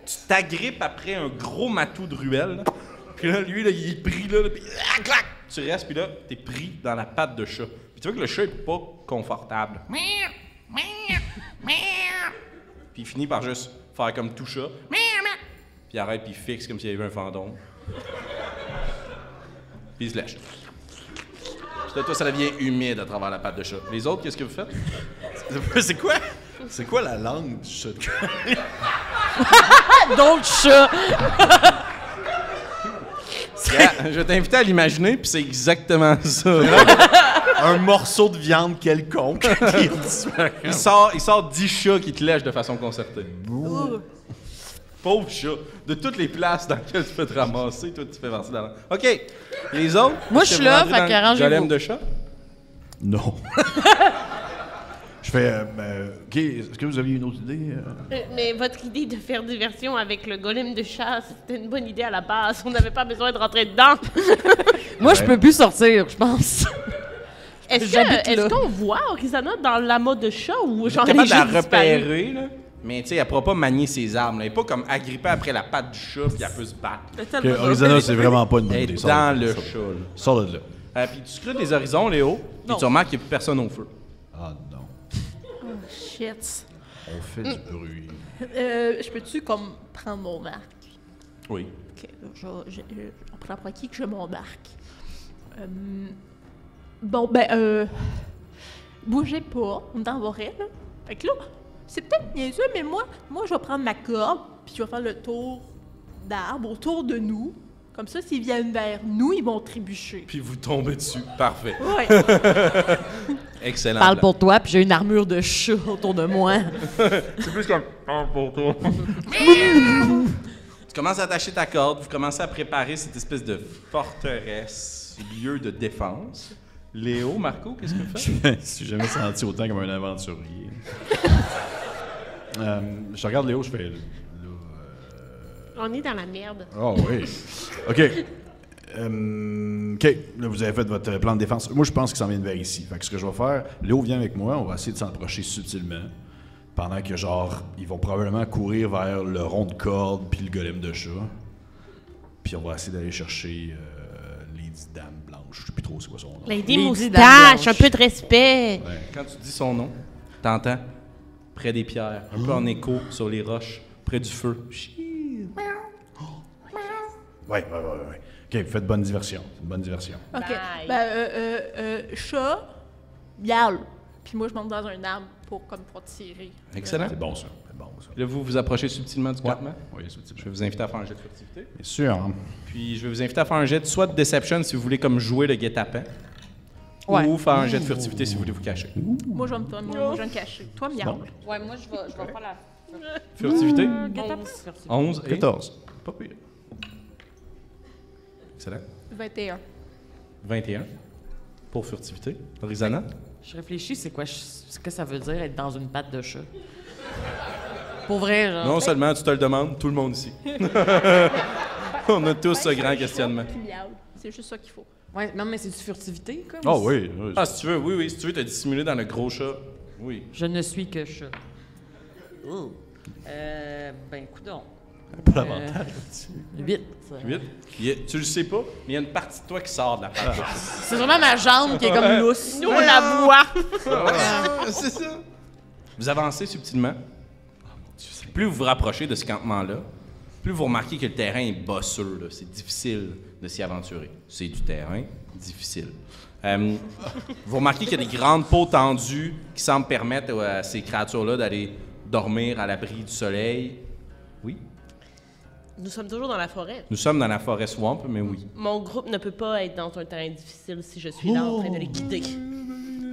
tu t'agrippes après un gros matou de ruelle. là. Puis là, lui, là, il est pris là, là, puis ah, clac! tu restes, puis là, t'es pris dans la patte de chat. Puis tu vois que le chat est pas confortable. Puis il finit par juste faire comme tout chat. Puis il arrête, puis il fixe comme s'il y avait un fantôme. Puis il se lèche. Puis là, toi, ça devient humide à travers la patte de chat. Les autres, qu'est-ce que vous faites? C'est quoi? C'est quoi la langue du chat? D'autres chats. Yeah, je t'invite à l'imaginer, puis c'est exactement ça. un morceau de viande quelconque qui est disparu. Il sort, il sort 10 chats qui te lèchent de façon concertée. Pauvre chat. De toutes les places dans lesquelles tu peux te ramasser, toi, tu fais partie de la... OK. Les autres? Moi, est-ce je que vous suis là, rentrez fait dans que le arrangez-vous. golem de chat? Non. je fais. euh, ben, OK, est-ce que vous aviez une autre idée? euh? Mais votre idée de faire diversion avec le golem de chat, c'était une bonne idée à la base. On n'avait pas besoin de rentrer dedans. Moi, je peux plus sortir, je pense. Est-ce J'habite que- là. est-ce qu'on voit Orizana dans l'amas de chat ou T'es genre capable les de la chats disparus? repérer, là. Mais, tu sais, elle pourra pas manier ses armes. là. Elle est pas comme agrippée après la patte du chat, puis elle peut se battre. Que Horizona, Euh, c'est vraiment pas une bonne Elle idée. est Sors dans de- le sors de- chat, là. Sors de là. Euh, puis tu scrutes les horizons, Léo, puis tu remarques qu'il n'y a plus personne au feu. Ah non. Mm. Shit. On fait du bruit. Euh, je peux-tu, comme, prendre mon arc? Oui. Ok, je, je- je- on prend pour acquis que je m'embarque. Euh, bon, ben, euh, bougez pas, on est dans la forêt, là. Fait que là, c'est peut-être niaiseux, mais moi, moi, je vais prendre ma corde, puis je vais faire le tour d'arbre autour de nous, Comme ça, s'ils viennent vers nous, ils vont trébucher. Puis vous tombez dessus. Parfait. Ouais. Excellent. Parle pour toi, puis j'ai une armure de chat autour de moi. Tu commences à attacher ta corde, vous commencez à préparer cette espèce de forteresse, lieu de défense. Léo, Marco, qu'est-ce que vous faites? Je suis jamais senti autant comme un aventurier. Euh, je regarde Léo, je fais. là, euh, On est dans la merde. Ah oui. OK. Euh, OK. Là, vous avez fait votre plan de défense. Moi, je pense qu'il s'en vient de vers ici. Fait que ce que je vais faire, Léo vient avec moi. On va essayer de s'en approcher subtilement. Pendant que, genre, ils vont probablement courir vers le rond de corde puis le golem de chat. Puis on va essayer d'aller chercher euh, Lady Dame Blanche. Je sais plus trop c'est quoi son nom. Lady Dame Blanche. Moustache, un peu de respect. Quand tu dis son nom, t'entends près des pierres, un Mmh. peu en écho sur les roches, près du feu. Ouais, ouais, ouais, ouais. OK, faites bonne diversion. C'est une bonne diversion. OK. Bye. Ben, euh, euh, euh, chat, miaule. Puis moi, je monte dans un arbre pour, comme, pour tirer. Excellent. C'est bon, ça. C'est bon, ça. Là, vous vous approchez subtilement du campement. Oui, c'est petit peu. Je vais vous inviter à faire un jet de furtivité. Bien sûr. hein. Puis je vais vous inviter à faire un jet de soit de deception si vous voulez comme jouer le guet-apens. Ouais. Ou faire un Mmh. jet de furtivité si vous voulez vous cacher. Moi, je vais me, moi, moi, je vais me cacher. Toi, miaule. Ouais, moi, je vais, je vais faire la. Furtivité, Mmh. Onze. 11 et... 14. Pas pire. Excellent. 21. 21 pour furtivité. Rizana, Je réfléchis, c'est quoi, je- ce que ça veut dire être dans une patte de chat? Pour vrai, genre. non seulement tu te le demandes, tout le monde ici. On a tous ce grand questionnement. Puis miaule. C'est juste ça qu'il faut. Ouais, non, mais c'est du furtivité, comme. Ah oui. oui. Ah, si tu veux, oui, oui, si tu veux te dissimuler dans le gros chat, oui. Je ne suis que chat. Oh. Euh, ben, coudon. Euh, Pas l'avantage. 8. Huit. Il y a- tu le sais pas, mais il y a une partie de toi qui sort de la patte. C'est vraiment ma jambe qui est comme lousse. Nous, on la voit. Ah, c'est ça. Vous avancez subtilement. Plus vous vous rapprochez de ce campement-là, plus vous remarquez que le terrain est bosseux. là. C'est difficile de s'y aventurer. C'est du terrain difficile. Euh, vous remarquez qu'il y a des grandes peaux tendues qui semblent permettre à ces créatures-là d'aller dormir à l'abri du soleil. Oui, Nous sommes toujours dans la forêt. nous sommes dans la forêt swamp, mais oui. Mon groupe ne peut pas être dans un terrain difficile si je suis là en train de les guider.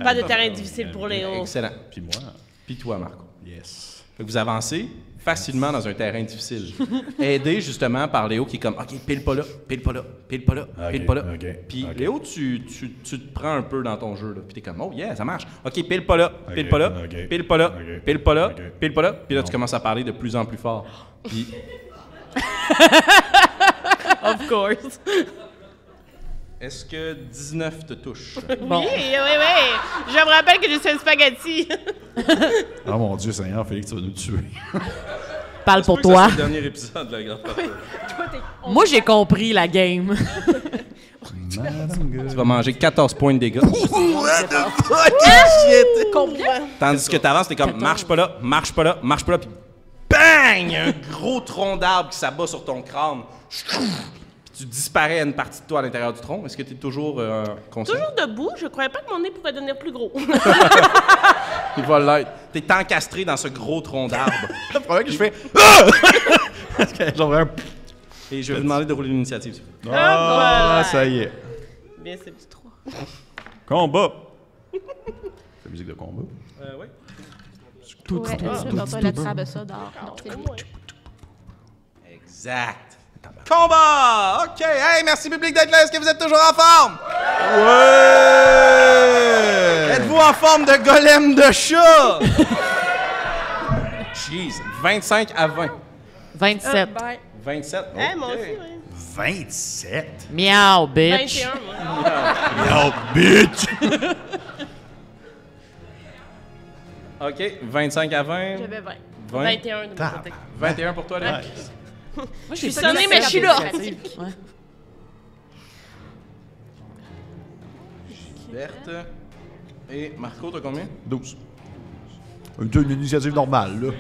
Pas de terrain difficile pour Léo. Excellent. Puis moi. Puis toi, Marco. Yes. Fait que vous avancez facilement dans un terrain difficile. Aidé justement par Léo qui est comme OK, pile pas là, pile pas là, pile pas là, pile Ok, pas là. ok, Puis ok. Léo, tu, tu, tu te prends un peu dans ton jeu. Là. Puis t'es comme Oh yeah, ça marche. OK, pile pas là, pile Ok, pas là, ok, pile pas là, ok, pile pas là, ok. pile pas là. Puis là, tu commences à parler de plus en plus fort. Puis Of course. est-ce que 19 te touche? Bon. Oui, oui, oui. Je me rappelle que je suis un spaghetti. Ah mon Dieu Seigneur, Félix, tu vas nous tuer. Parle pour toi. C'est le dernier épisode de la grande Partie. Moi, j'ai compris la game. Madame Gueule. Tu vas manger 14 points de dégâts. Combien? Tandis que t'avances, t'es comme marche pas là, marche pas là, marche pas là, puis bang! Un gros tronc d'arbre qui s'abat sur ton crâne. Puis tu disparais une partie de toi à l'intérieur du tronc. Est-ce que t'es toujours euh, conscient? Toujours debout, je croyais pas que mon nez pouvait devenir plus gros. Il va l'être. T'es encastré dans ce gros tronc d'arbre. Le problème que je fais. Parce que j'en un. Et je vais vous demander de rouler l'initiative. s'il vous plaît. Ah, ça y est. Bien, c'est du 3. Combat. La musique de combat. Ouais, euh, je vais pas la trabe ça dehors. Non, c'est bon. Exact. Combat! OK. Hey, merci public d'être là. Est-ce que vous êtes toujours en forme? Ouais! Êtes-vous en forme de golem de chat? Jeez. 25 à 20. 27. Ah, 27. Eh, moi aussi, oui. 27. ben. Miaou, bitch. 21, moi. Ah, Yo, bitch! OK. 25 à 20. J'avais 20. 20. 21 de mon côté. 21 pour toi, Léo. Moi, j'ai suis sonnée, mais je suis là. Ouais. Berthe. Et Marco, t'as combien? 12. Une, une initiative normale, là.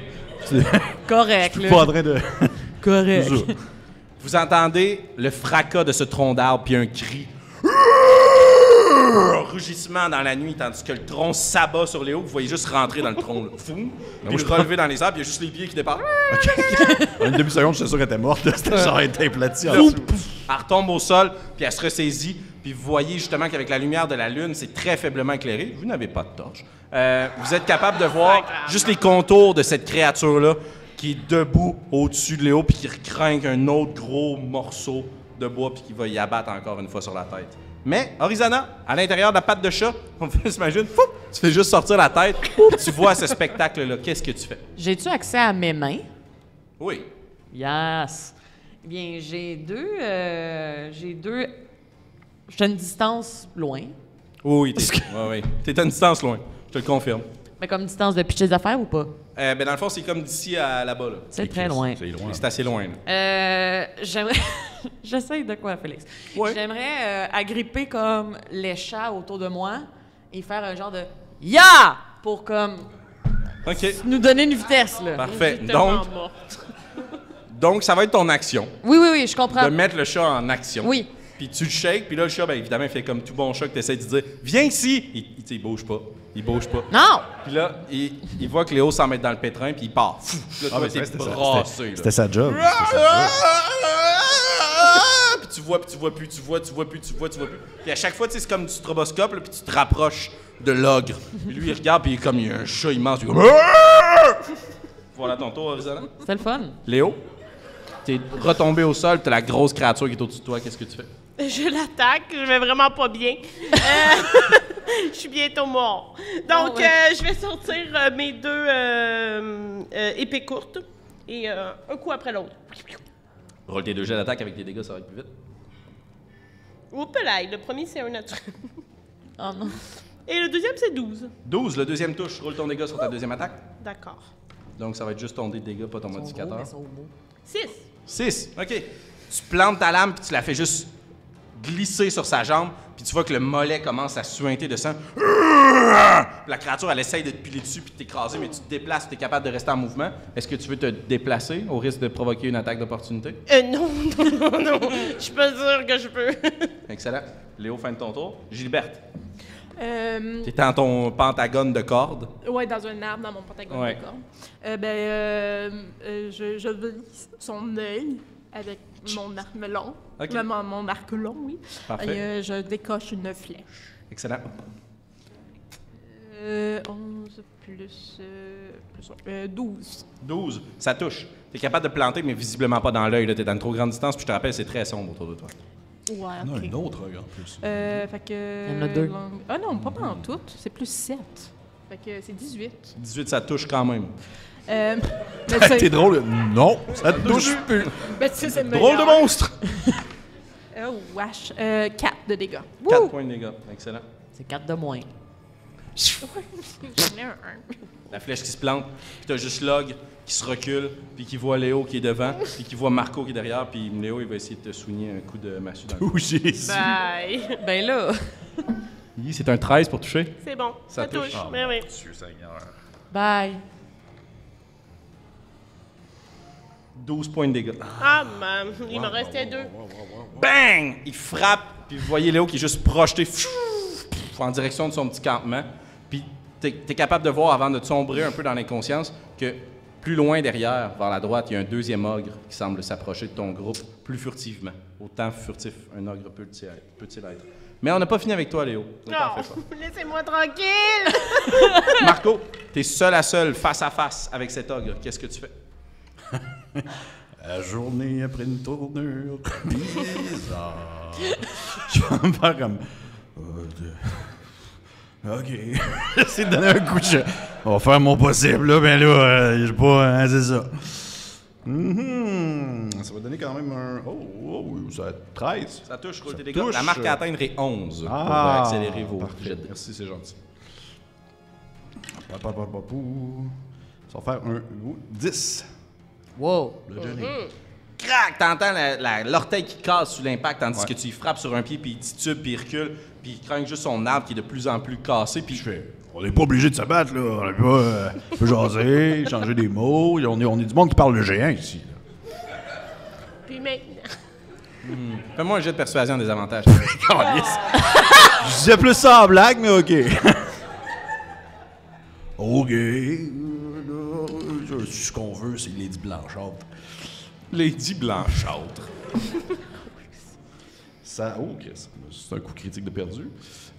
C'est Correct, là. pas en train de. Correct. Vous entendez le fracas de ce tronc d'arbre puis un cri rugissement dans la nuit, tandis que le tronc s'abat sur Léo. Vous voyez juste rentrer dans le tronc, là, fou. Puis le relever dans les arbres, il y a juste les pieds qui départent. En une demi-seconde, j'étais sûr qu'elle était morte. là. C'était genre, elle était aplatie en Pouf! dessous. Elle retombe au sol, puis elle se ressaisit. Puis vous voyez justement qu'avec la lumière de la lune, c'est très faiblement éclairé. Vous n'avez pas de torche. Euh, vous êtes capable de voir juste les contours de cette créature-là qui est debout au-dessus de Léo, puis qui recrinque un autre gros morceau de bois, puis qui va y abattre encore une fois sur la tête. Mais, Horizana, à l'intérieur de la patte de chat, on s'imagine, fou, tu fais juste sortir la tête, tu vois ce spectacle-là. Qu'est-ce que tu fais? J'ai-tu accès à mes mains? Oui. Yes. Eh Bien, j'ai deux. euh, j'ai deux. J'ai une distance loin. Oui, oui. T'es ouais, ouais. T'es à une distance loin, je te le confirme. Mais comme distance de pitcher des affaires ou pas? Euh, ben dans le fond, c'est comme d'ici à là-bas. Là. C'est très loin. C'est loin. C'est assez loin. là. Euh, j'aimerais. J'essaye de quoi, Félix? Ouais. J'aimerais euh, agripper comme les chats autour de moi et faire un genre de Ya! pour comme OK. nous donner une vitesse, là. Parfait. Tellement Donc, morte. donc, ça va être ton action, Oui, oui, oui, je Ah. comprends. de mettre le chat en action. Oui. Puis tu le shakes, puis là, le chat, ben, évidemment, il fait comme tout bon chat que tu essaies de dire Viens ici Il, il, tu sais, il bouge pas. Il bouge pas. Non! Puis là, il, il voit que Léo s'en met dans le pétrin, puis il part. Fou! Puis là, Ah, toi, ben, t'es c'est vrai, c'était ça. brassé. là. C'était sa job. Ah! Puis tu vois, puis tu vois plus, tu vois, tu vois plus, tu vois, tu vois plus. Puis à chaque fois, tu sais, c'est comme du stroboscope, là, puis tu te rapproches de l'ogre. Puis lui, il regarde, puis il est comme il y a un chat immense. puis- voilà ton tour, Arizona. C'était le fun. Léo, t'es retombé au sol, puis t'as la grosse créature qui est au-dessus de toi. Qu'est-ce que tu fais? Je l'attaque, je vais vraiment pas bien. Euh, je suis bientôt mort. Donc, ouais. euh, je vais sortir euh, mes deux euh, euh, épées courtes et euh, un coup après l'autre. Roll tes deux jets d'attaque avec tes dégâts, ça va être plus vite. Oups là, le premier c'est un naturel. Oh non. Et le deuxième c'est 12. 12, le deuxième touche. Roll ton dégât sur ta deuxième attaque. D'accord. Donc, ça va être juste ton dé de dégâts, pas ton modificateur. 6. 6. OK. Tu plantes ta lame, puis tu la fais juste glisser sur sa jambe, puis tu vois que le mollet commence à suinter de sang. La créature, elle essaye de te piler dessus puis de t'écraser, mais tu te déplaces, tu es capable de rester en mouvement. Est-ce que tu veux te déplacer au risque de provoquer une attaque d'opportunité? Euh, non, non, non, non. Je suis pas sûre que je peux. Excellent. Léo, fin de ton tour. Gilberte, Euh, t'es dans ton pentagone de cordes. ouais, dans un arbre, dans mon pentagone Ouais. de corne. Euh, ben, euh, euh, je, je vise son œil avec mon arme long. Ok. Ben, Mon, mon arc long, oui. Parfait. Et euh, je décoche une flèche. Excellent. Euh, 11 plus, euh, plus un, euh, 12. 12. Ça touche. T'es capable de planter, mais visiblement pas dans l'œil. là. T'es dans une trop grande distance, puis je te rappelle, c'est très sombre autour de toi. Ouais, Non, ok. un autre en plus. Euh, fait que. Il y en a deux. long- Ah non, pas en tout. C'est plus 7. Fait que c'est 18. 18, ça touche quand même. Euh, mais Ah, T'es c'est- drôle. Non, ça te touche plus. mais c'est- c'est Drôle de meilleur. monstre. Oh, wesh. Euh, 4 de dégâts. 4 points de dégâts. Excellent. C'est quatre de moins. J'en ai un un. La flèche qui se plante, puis t'as juste Log qui se recule, puis qui voit Léo qui est devant, puis qui voit Marco qui est derrière, puis Léo, il va essayer de te soigner un coup de massue dans le cou. Ouh, Jésus. Bye. Ben là. Hi, C'est un 13 pour toucher. C'est bon. Ça Ça, touche. touche. Oui, oui. Dieu Seigneur. Bye. 12 points de dégâts. Ah, man. Il me restait deux. Bang! Il frappe, puis vous voyez Léo qui est juste projeté pfiou, pfiou, en direction de son petit campement. Puis t'es es capable de voir, avant de te sombrer un peu dans l'inconscience, que plus loin derrière, vers la droite, il y a un deuxième ogre qui semble s'approcher de ton groupe plus furtivement. Autant furtif un ogre peut-il être- peut-il être. Mais on n'a pas fini avec toi, Léo. Donc, t'en fais pas. Non, Oh, laissez-moi tranquille. Marco, t'es seul à seul, face à face avec cet ogre. Qu'est-ce que tu fais? La journée après une tournure bizarre. Je vais me faire comme. euh, de- Ok. J'essaie de donner un coup de chat. On va faire mon possible, là, mais là, euh, j'ai pas. hein, c'est ça. Mhm. Ça va donner quand même un. Oh, oh ça 13. Ça touche, roule Ça tes dégâts. touche. La marque à atteindre est 11 Ah, pour accélérer vos parfait. jets de dés. Merci, c'est gentil. Pa, pa, pa, pa, pou. Ça va faire un ou 10. Wow. Le jeune crac, t'entends la- la- l'orteil qui casse sous l'impact, tandis Ouais. que tu y frappes sur un pied, puis il titube, puis il recule, puis il craint juste son arbre qui est de plus en plus cassé, puis Je fais, on n'est pas obligé de se battre, là. On peut, euh, on peut jaser, changer des mots. On est, on est du monde qui parle le géant ici. là. Puis maintenant. fais-moi un jet de persuasion des avantages. Calisse. Je disais plus ça en blague, mais OK. OK. Ce qu'on veut, c'est Lady Blanchard. Lady Blanchâtre. Ça, oh, Chris, c'est un coup critique de perdu.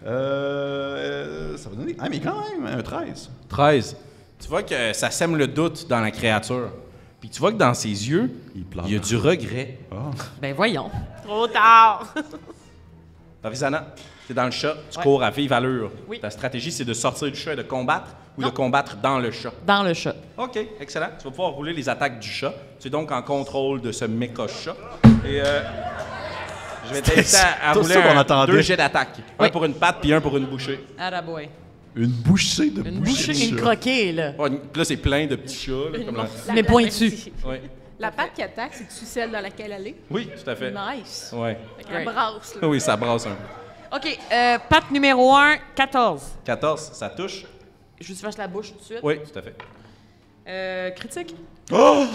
Euh, ça va donner. Ah, mais quand même, un 13. 13. Tu vois que ça sème le doute dans la créature. Puis tu vois que dans ses yeux, Il pleure. il y a du regret. Ah. Ben voyons. Trop tard. Parisana, t'es dans le chat, tu cours à vive allure. Oui. Ta stratégie, c'est de sortir du chat et de combattre ou Non. de combattre dans le chat. Dans le chat. OK, excellent. Tu vas pouvoir rouler les attaques du chat. Tu es donc en contrôle de ce méca-chat. Et euh, je vais t'inviter à, à tout rouler ça qu'on un- attendait. deux jets d'attaque. Un Oui. pour une patte puis un pour une bouchée. Araboy. Une bouchée de Une bouchée, bouchée de une chat. croquée, là. Ouais, Oh, une- là, c'est plein de petits chats. là, comme la- Mais pointu. Ouais. La patte qui attaque, c'est-tu celle dans laquelle elle est? Oui, tout à fait. Nice. Ouais. Fait Great. qu'elle brasse, là. Oui, ça brasse un peu. OK, euh, patte numéro 1, 14. 14, ça touche. Je vous fasse la bouche tout de suite. Oui, tout à fait. Euh, critique. Oh!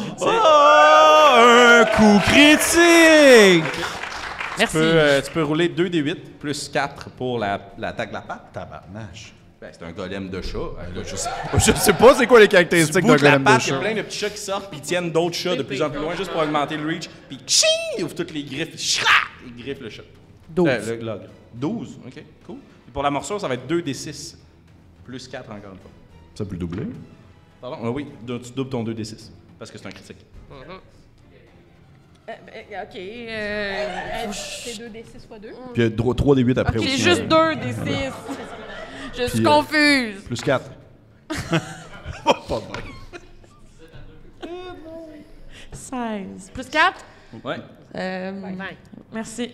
un coup critique! Tu Merci. peux, euh, tu peux rouler 2 des 8 plus 4 pour la- l'attaque de la patte. Tabarnache. Ben, c'est un golem de chat. Euh, là, je sais Je sais pas c'est quoi les caractéristiques bout d'un de la golem de patte, il y chat. a plein de petits chats qui sortent, puis ils tiennent d'autres chats de plus en plus loin juste pour augmenter le reach. Puis ching, ils ouvrent toutes les griffes, puis chrac, ils griffent le chat. 12. Euh, le l'ogre. 12, ok, cool. Et pour la morsure, ça va être 2 des 6, plus 4 encore une fois. Ça peut le doubler. Pardon, ah oui, deux- tu doubles ton 2 des 6, parce que c'est un critique. OK. euh, C'est 2d6 x 2. Puis il y a 3 des 8 J'ai après aussi. juste deux des six. Je suis Puis, euh, confuse. Plus 4. pas de vrai. 16. Plus 4? Ouais. Euh, Merci.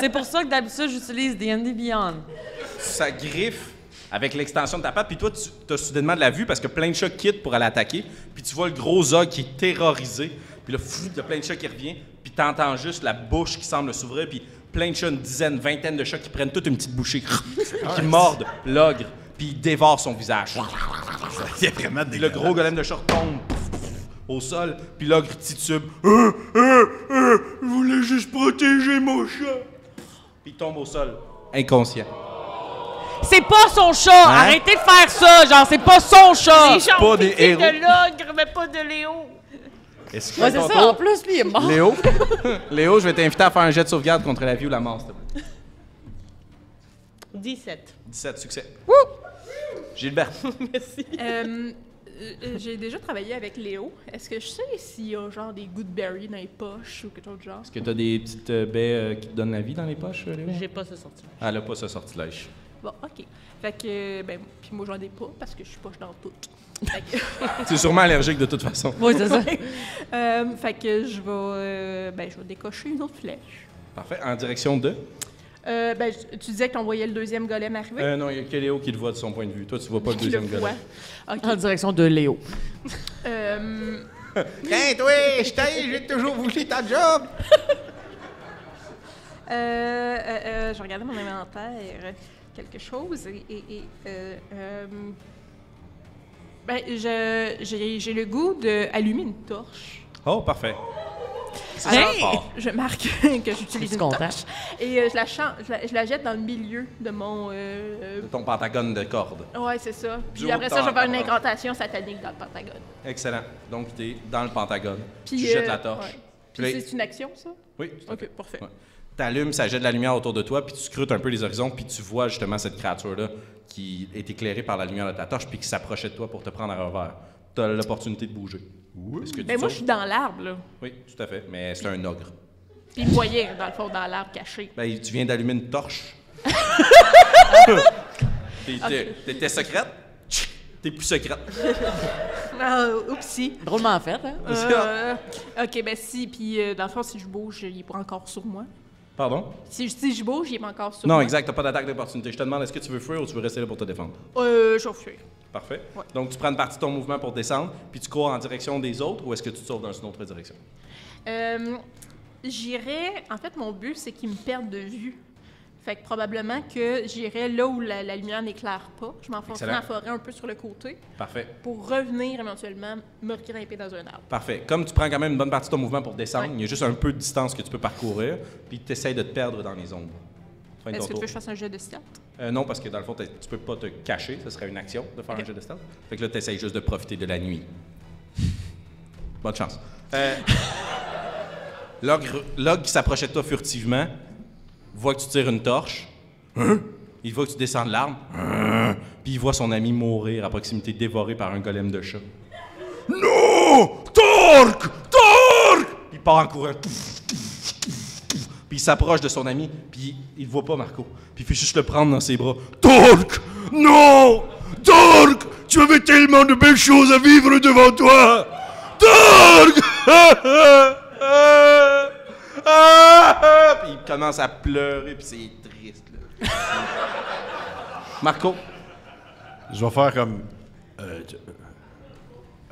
C'est pour ça que d'habitude, j'utilise D&D Beyond. Ça griffe avec l'extension de ta patte, puis toi, tu as soudainement de la vue parce que plein de chats quittent pour aller attaquer, puis tu vois le gros ogre qui est terrorisé, puis là, fou, il y a plein de chats qui revient, puis t'entends juste la bouche qui semble s'ouvrir, puis plein de chats, une dizaine, vingtaine de chats qui prennent toute une petite bouchée, qui mordent l'ogre, puis ils dévorent son visage. Il y a vraiment des Le gros golem de chat tombe au sol, puis l'ogre titube. Euh, euh, euh, je voulais juste protéger mon chat. Puis il tombe au sol, inconscient. C'est pas son chat! Arrêtez de faire ça! Genre, c'est pas son chat! Les gens pas ont des pitié héros. de l'ogre, mais pas de Léo. Est-ce que Ouais, c'est ça, en plus, lui, il est mort. Léo, Léo, je vais t'inviter à faire un jet de sauvegarde contre la vie ou la mort, s'il te plaît. 17. 17 succès. Gilbert. Merci. Euh, euh, J'ai déjà travaillé avec Léo. Est-ce que je sais s'il y a genre des goodberries dans les poches ou quelque chose de genre? Est-ce que t'as des petites euh, baies euh, qui te donnent la vie dans les poches, euh, Léo? J'ai pas ce sentiment. Ah, Elle a pas ce sortilège. Bon, OK. Fait que, euh, ben, puis moi, j'en ai pas parce que je suis poche dans tout. Fait que, C'est sûrement allergique de toute façon. Oui, c'est ça. euh, fait que je vais, euh, ben, je vais décocher une autre flèche. Parfait. En direction de? Euh, ben, je- tu disais que t'envoyais le deuxième golem arriver? Euh, non, il y a que Léo qui le voit de son point de vue. Toi, tu vois pas le Qui le deuxième voit? golem. OK. En direction de Léo. Euh, Tiens, toi, je t'ai, j'ai toujours voulu ta job. euh, euh, euh, je regardais mon inventaire, quelque chose, et... et- et, euh, euh, ben, je- j'ai j'ai le goût d'allumer une torche. Oh, parfait. Alors, fort. je marque que j'utilise T'es-tu une content? torche et euh, je, la chan- je, la, je la jette dans le milieu de mon... euh, De ton pentagone de cordes. euh, ouais, c'est ça. Du Puis après ça, je vais hauteur, faire une ouais. incantation satanique dans le Pentagone. Excellent. Donc, t'es dans le pentagone. Puis, tu euh, jettes la torche. ouais. Tu Puis l'as- c'est une action, ça? Oui, tout à OK, fait. parfait. Ouais. T'allumes, ça jette de la lumière autour de toi, puis tu scrutes un peu les horizons, puis tu vois justement cette créature-là qui est éclairée par la lumière de ta torche, puis qui s'approchait de toi pour te prendre à revers. T'as l'opportunité de bouger. Est-ce que tu Ben moi, je sautes? suis dans l'arbre, là. Oui, tout à fait, mais c'est un ogre. Puis il me voyait, dans le fond, dans l'arbre caché. Ben, tu viens d'allumer une torche. Puis t'es- T'étais secrète? Tchic! T'es plus secrète. Ah, oupsie. Drôlement fait, hein? Euh, ok, ben si, puis euh, dans le fond, si je bouge, il est pas encore sur moi. Pardon? Si je dis je bouge, il est pas encore sur Non, moi. exact, t'as pas d'attaque d'opportunité. Je te demande, est-ce que tu veux fuir ou tu veux rester là pour te défendre? Euh, je vais fuir. Parfait. Ouais. Donc, tu prends une partie de ton mouvement pour descendre, puis tu cours en direction des autres, ou est-ce que tu te sauves dans une autre direction? Euh, J'irai. En fait, mon but, c'est qu'il me perde de vue. Fait que probablement que j'irai là où la, la lumière n'éclaire pas. Je m'enfoncerai dans la Excellent. forêt un peu sur le côté Parfait. pour revenir éventuellement me regrimper dans un arbre. Parfait. Comme tu prends quand même une bonne partie de ton mouvement pour descendre, Ouais. il y a juste un peu de distance que tu peux parcourir, puis tu essaies de te perdre dans les ombres. Fin de Est-ce ton que tu veux tour. que je fasse un jeu de stealth? Euh, non, parce que dans le fond, t'as- tu peux pas te cacher, ce serait une action de faire un jeu de stealth. Fait que là, t'essayes juste de profiter de la nuit. Bonne chance. Euh, L'ogre l'ogre qui s'approchait de toi furtivement voit que tu tires une torche. Hein? Il voit que tu descends de l'arme. Hein? Puis il voit son ami mourir à proximité, dévoré par un golem de chat. Non! Torque! Torque! Il part en courant. Puis il s'approche de son ami, puis il le voit pas Marco. Puis il fait juste le prendre dans ses bras. Torque! Non! Torque! Tu avais tellement de belles choses à vivre devant toi! Torque! puis il commence à pleurer, puis c'est triste. Là. Marco, Je vais faire comme. euh, tu-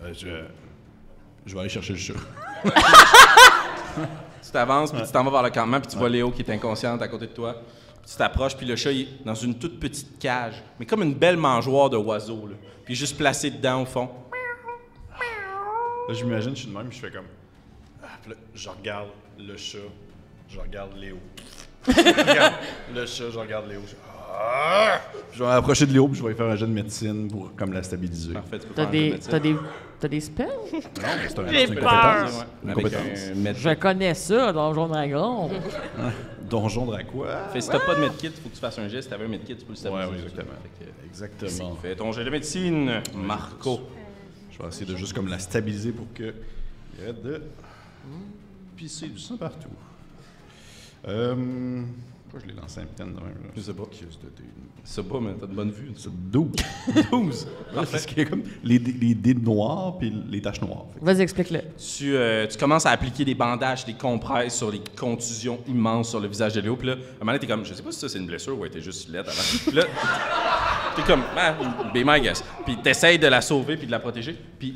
euh, je, je vais aller chercher le chat. tu t'avances, puis tu t'en vas vers le campement, puis tu vois Léo qui est inconsciente à côté de toi. Puis tu t'approches, puis le chat il est dans une toute petite cage, mais comme une belle mangeoire de oiseau. Là. Puis juste placé dedans au fond. Là, j'imagine, je suis de même, puis je fais comme. Ah, puis là, je regarde le chat, je regarde Léo. Je regarde le chat, je regarde Léo. Je, Ah! Puis je vais m'approcher de Léo, puis je vais lui faire un jeu de médecine pour comme la stabiliser. Parfait, tu peux T'as faire un jeu de des, médecine. t'as des, t'as des spells? Non, mais Ah, c'est un- J'ai c'est une peur. compétence. Une Avec compétence. un medkit. Je connais ça, Donjon Dragon. Donjon Dracois. Fait, si t'as pas de medkit, faut que tu fasses un geste. Si t'avais un medkit, tu peux le stabiliser. Ouais, oui, exactement. euh, Exactement. Fais ton jet de médecine, Marco. Je vais essayer de juste comme la stabiliser pour que il arrête de pisser du sang partout. Euh, pourquoi je l'ai lancé un putain de même? Je sais pas. C'est pas, mais t'as de bonne vue. C'est 12. 12. Parce qu'il y a comme les, dés- les dés noirs puis les taches noires. Fait que Vas-y, explique-le. Tu, euh, tu commences à appliquer des bandages, des compresses sur les contusions immenses sur le visage de Léo. Puis là, à un moment donné, t'es comme, je sais pas si ça c'est une blessure ou elle était juste laide avant. Puis là, t'es comme, ah, be my guest. Puis t'essayes de la sauver puis de la protéger. Puis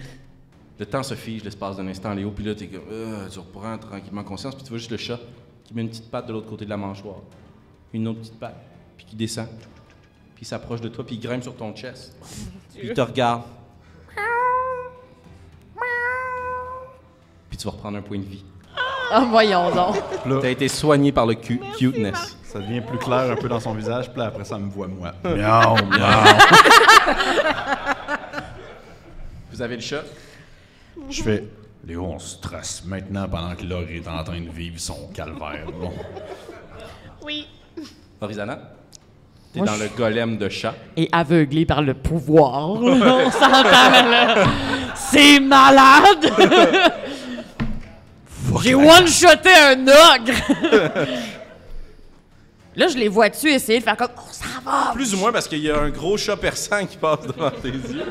le temps se fige, l'espace d'un instant, Léo. Puis là, t'es comme, Ah, tu reprends tranquillement conscience. Puis tu vois juste le chat qui met une petite patte de l'autre côté de la mangeoire. Une autre petite patte. Puis qui descend. Puis il s'approche de toi. Puis il grimpe sur ton chest. Puis il te regarde. Puis tu vas reprendre un point de vie. Ah, voyons donc. T'as été soigné par le cu- cuteness. Ça devient plus clair un peu dans son visage, puis là, après ça me voit moi. Miaou, miaou. Vous avez le chat. Je fais Léo, on se trace maintenant pendant que Laure est en train de vivre son calvaire. Bon. Oui. Horizana, t'es Moi, dans je- le golem de chat. Et aveuglé par le pouvoir, là, on s'entend, mais là. C'est malade! J'ai one-shoté un ogre! là, je les vois-tu essayer de faire comme « On s'en va! Plus ou moins parce qu'il y a un gros chat persan qui passe devant tes yeux. »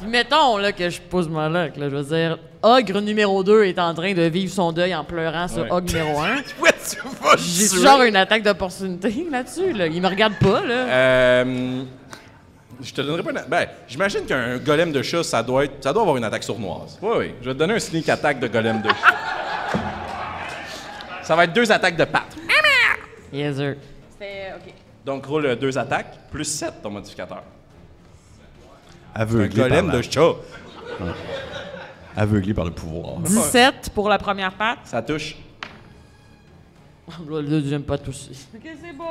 Puis mettons là, que je pose mon loc, là, je veux dire, ogre numéro 2 est en train de vivre son deuil en pleurant sur Ouais. ogre numéro 1. Ouais, tu vas J'ai genre une attaque d'opportunité là-dessus, là. Il me regarde pas, là. Euh, je te donnerai pas une... Ben, j'imagine qu'un golem de chat, ça doit, être... ça doit avoir une attaque sournoise. Oui, oui. Je vais te donner un sneak attack de golem de chat. ça va être deux attaques de pattes. Yes, sir. C'était OK. Donc, roule euh, deux attaques, plus 7 ton modificateur. Aveuglé, par Golem la- de chat. aveuglé par le pouvoir. 17 pour la première patte. Ça touche. La deuxième patte aussi. OK, c'est beau.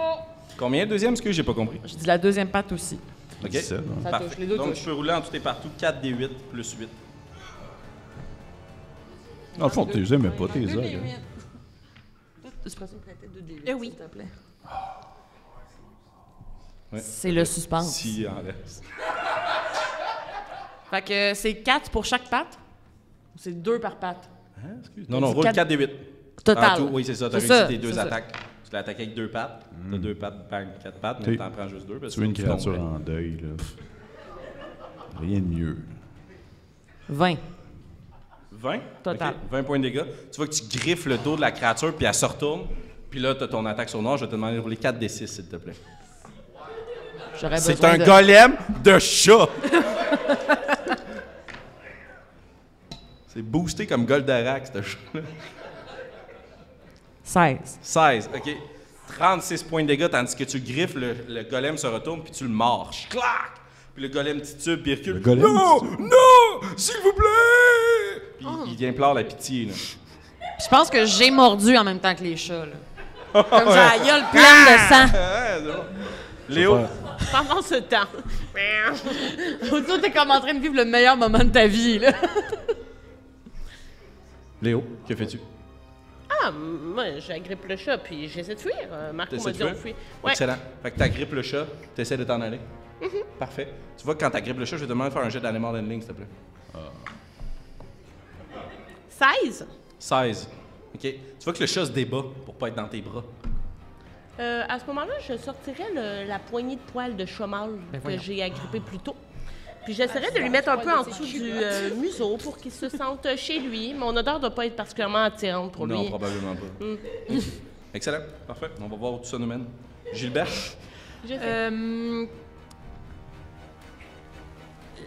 Combien le deuxième, ce que j'ai pas compris? Je dis la deuxième patte aussi. Ok. Dix-sept, hein. Ça touche, les deux Donc, touchent. je peux rouler en tout et partout 4 des 8 plus 8. Dans le fond, tu les aimais pas, tes ogres. hein. Eh oui. C'est le suspense. Si, en reste. Fait que c'est 4 pour chaque patte? Ou C'est 2 par patte? Non, non, C'est roule quatre- 4 des 8. Total. oui, c'est ça. T'as C'est réussi ça, tes deux c'est ça. attaques. Tu l'as attaqué avec deux pattes. T'as deux pattes, bang, quatre pattes, mais T'es- t'en prends juste deux. Parce Tu es une que ben, créature tombes. en deuil, là. Pff. Rien de mieux. 20. 20? Total. OK, 20 points de dégâts. Tu vois que tu griffes le dos de la créature, puis elle se retourne. Puis là, t'as ton attaque sur noir. Je vais te demander de rouler 4 des 6, s'il te plaît. J'aurais C'est besoin un de- golem de chat! C'est boosté comme Goldarak, ce chat-là. 16. 16, OK. 36 points de dégâts, tandis que tu griffes, le, le golem se retourne, puis tu le morches. Clac! Puis le golem titube, puis il recule. Le golem non! titube. Non! S'il vous plaît! Puis il- il implore la pitié, là. Je pense que j'ai mordu en même temps que les chats, là. Comme ça, il y a le plein de sang. Ah! Léo, Pendant ce temps. Toi, t'es comme en train de vivre le meilleur moment de ta vie, là. Léo, que fais-tu? Ah, moi, j'agrippe le chat, puis j'essaie de fuir. Euh, Marco T'essaies m'a de dit on fuir? fuit. Ouais. Excellent. Fait que t'agrippes le chat, t'essaies de t'en aller. Mm-hmm. Parfait. Tu vois, que quand t'agrippes le chat, je vais te demander de faire un jet d'animal handling, s'il te plaît. 16. 16. OK. Tu vois que le chat se débat pour pas être dans tes bras. Euh, à ce moment-là, je sortirais le- la poignée de poils de chômage Ben que j'ai agrippée plus tôt. Puis Ah, j'essaierais de lui mettre un peu en dessous du euh, museau pour qu'il se sente chez lui. Mon odeur doit pas être particulièrement attirante pour non, lui. Mm. probablement pas. Ok. Excellent. Parfait. On va voir où tout ça nous mène. Gilbert, Euh,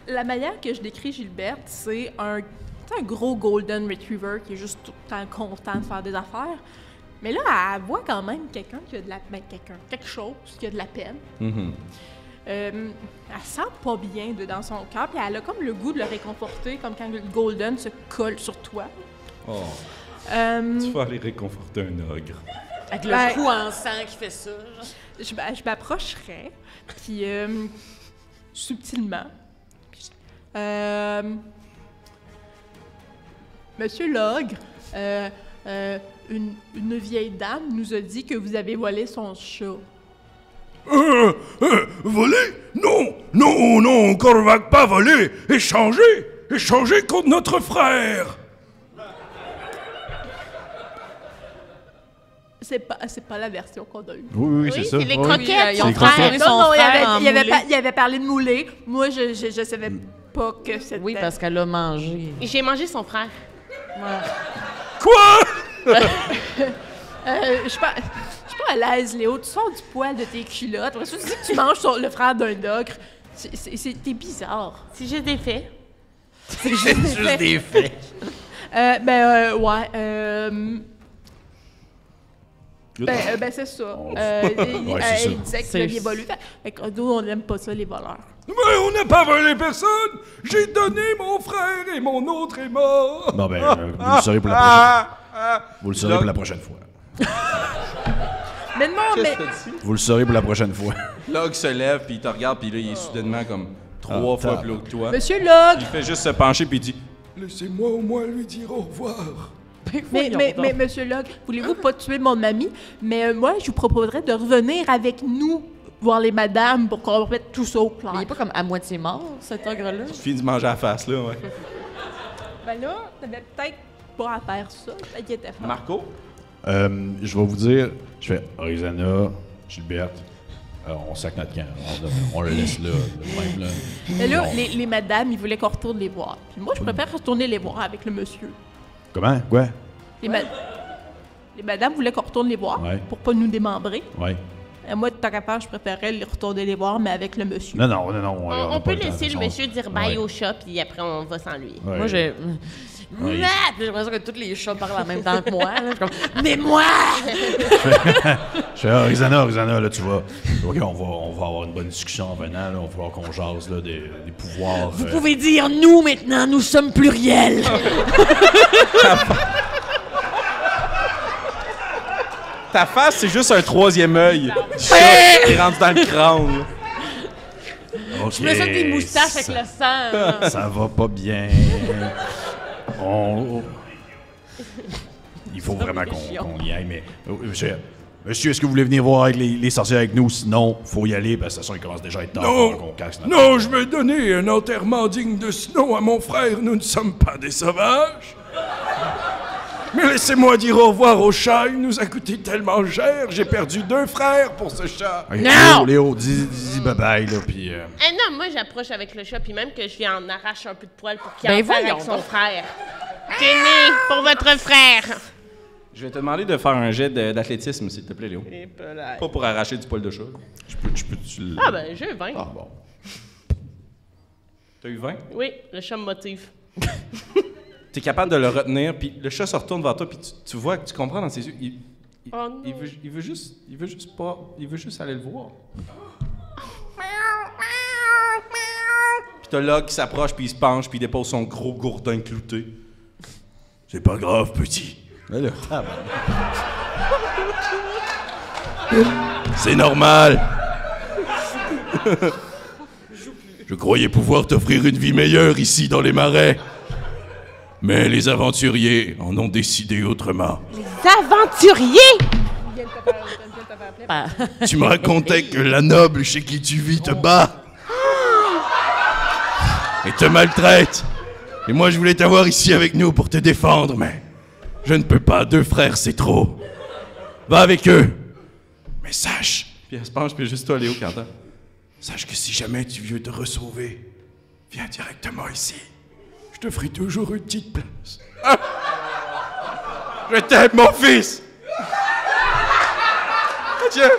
la manière que je décris Gilbert, c'est un, c'est un gros golden retriever qui est juste tout le temps content de faire des affaires. Mais là, elle voit quand même quelqu'un qui a de la... ben, quelqu'un, quelque chose qui a de la peine. Mm-hmm. Euh, elle sent pas bien de, dans son cœur, puis elle a comme le goût de le réconforter, comme quand le golden se colle sur toi. Oh. Euh, tu vas aller réconforter un ogre. Avec le Ben- cou en sang qui fait ça. genre. je, m'a- je m'approcherais, puis euh, subtilement. puis je- euh, Monsieur Logre, euh, euh, une, une vieille dame nous a dit que vous avez volé son chat. Euh, euh, voler Non, non, non, Corvac pas voler Échanger Échanger contre notre frère C'est pas, c'est pas la version qu'on a eue. Oui, oui, Oui, c'est les croquettes. Oui, euh, ils ont C'est grave. transformé Non, son non, il frère en avait, il, avait moulé. par- il avait parlé de mouler. Moi, je, je, je savais pas que c'était. Oui, parce qu'elle a mangé. J'ai mangé son frère. Euh, je suis pas, je suis pas à l'aise, Léo. Tu sors du poil de tes culottes. Après ça, tu dis que tu manges sur le frère d'un ogre. C'est- c'est- c'est- T'es bizarre. Si j'ai des faits. C'est juste, des faits. Euh, ben, euh, ouais. euh, ben, euh, ben, c'est ça. Euh, il, Ouais, euh, c'est il ça. disait C'est- qu'il avait volé. Fait- Fait que nous, on n'aime pas ça, les voleurs. Ah, Mais on n'a pas volé personne J'ai donné mon frère et mon autre est mort Bon, ben, euh, vous le saurez pour la prochaine Vous le saurez pour la prochaine fois. Mais non, mais. Vous le saurez pour la prochaine fois. L'ogre se lève, puis il te regarde, puis là, il est soudainement comme trois fois tabarnak. plus haut que toi. Monsieur Log, Il fait juste se pencher, puis il dit Laissez-moi au moins lui dire au revoir mais, mais, mais, monsieur Log, voulez-vous pas tuer mon ami? Mais euh, moi, je vous proposerais de revenir avec nous voir les madames pour qu'on remette tout ça au clair. Mais il est pas comme à moitié mort, cet ogre-là. Finis de manger à la face, là, ouais. Ben là, t'avais peut-être pas à faire ça. Peut-être qu'il était fort. Marco, Euh, je vais vous dire, je fais Arizana, Gilberte, euh, on sac notre camp. On, on le laisse là, le même, là. Mais là, Bon. les, les madames, ils voulaient qu'on retourne les voir. Puis moi, je préfère retourner les voir avec le monsieur. Comment? Quoi? Les, ma- les madames voulaient qu'on retourne les voir Ouais. pour pas nous démembrer. Ouais. Et moi, de tant qu'à faire, je préférais les retourner les voir, mais avec le monsieur. Non, non, non, non. On, On, on a on pas peut temps, laisser de toute le façon. monsieur dire Ouais. bye au chat, puis après, on va sans lui. Ouais. Moi, j'ai. Ouais. Mouah! Puis J'ai l'impression que tous les chats parlent en même temps que moi. là. Je suis comme, mais moi! Je fais Arizana, Arizana, là, tu vas. OK, on va, on va avoir une bonne discussion en venant, là. On va falloir qu'on jase, là, des, des pouvoirs. euh, Vous pouvez dire nous maintenant, nous sommes pluriels! ta face, c'est juste un troisième œil. Du chat qui rentre dans le crâne. là. Je Mais ça, des moustaches avec le sang. là. Ça va pas bien. On- Il faut vraiment qu'on qu'on y aille, mais. Euh, Monsieur, monsieur, est-ce que vous voulez venir voir avec les, les sorciers avec nous? Sinon, faut y aller, parce que de toute façon, il commence déjà à être tard. Non. faut qu'on casse notre- Non, Oh, je vais donner un enterrement digne de ce nom à mon frère, nous ne sommes pas des sauvages mais laissez-moi dire au revoir au chat, il nous a coûté tellement cher, j'ai perdu deux frères pour ce chat. Ok, Non. Léo, Léo, dis, dis bye-bye, là, puis... euh, Ah non, moi, j'approche avec le chat, puis même que je lui en arrache un peu de poils pour qu'il Ben en parle voyons avec son frère. Tenez, pour votre frère. Je vais te demander de faire un jet de- d'athlétisme, s'il te plaît, Léo. Pas pour arracher du poil de chat. je peux, je peux tu le- Ah ben, j'ai 20. Ah, bon. T'as eu 20? Oui, le chat me motive. T'es capable de le retenir, puis le chat se retourne vers toi, puis tu, tu vois que tu comprends dans ses yeux. Il, il- Oh non. il veut, il veut juste, il veut juste pas, il veut juste aller le voir. Puis t'as l'og qui s'approche, puis il se penche, puis il dépose son gros gourdin clouté. C'est pas grave, petit. C'est normal. Je croyais pouvoir t'offrir une vie meilleure ici dans les marais. Mais les aventuriers en ont décidé autrement. Aventurier! Tu me racontais que la noble chez qui tu vis te bat et te maltraite. Et moi, je voulais t'avoir ici avec nous pour te défendre, mais je ne peux pas. Deux frères, c'est trop. Va avec eux. Mais sache, Puis elle se penche, puis juste toi, Léo, qui entend. sache que si jamais tu veux te ressauver, viens directement ici. Je te ferai toujours une petite place. Ah! Je t'aime, mon fils. Adieu!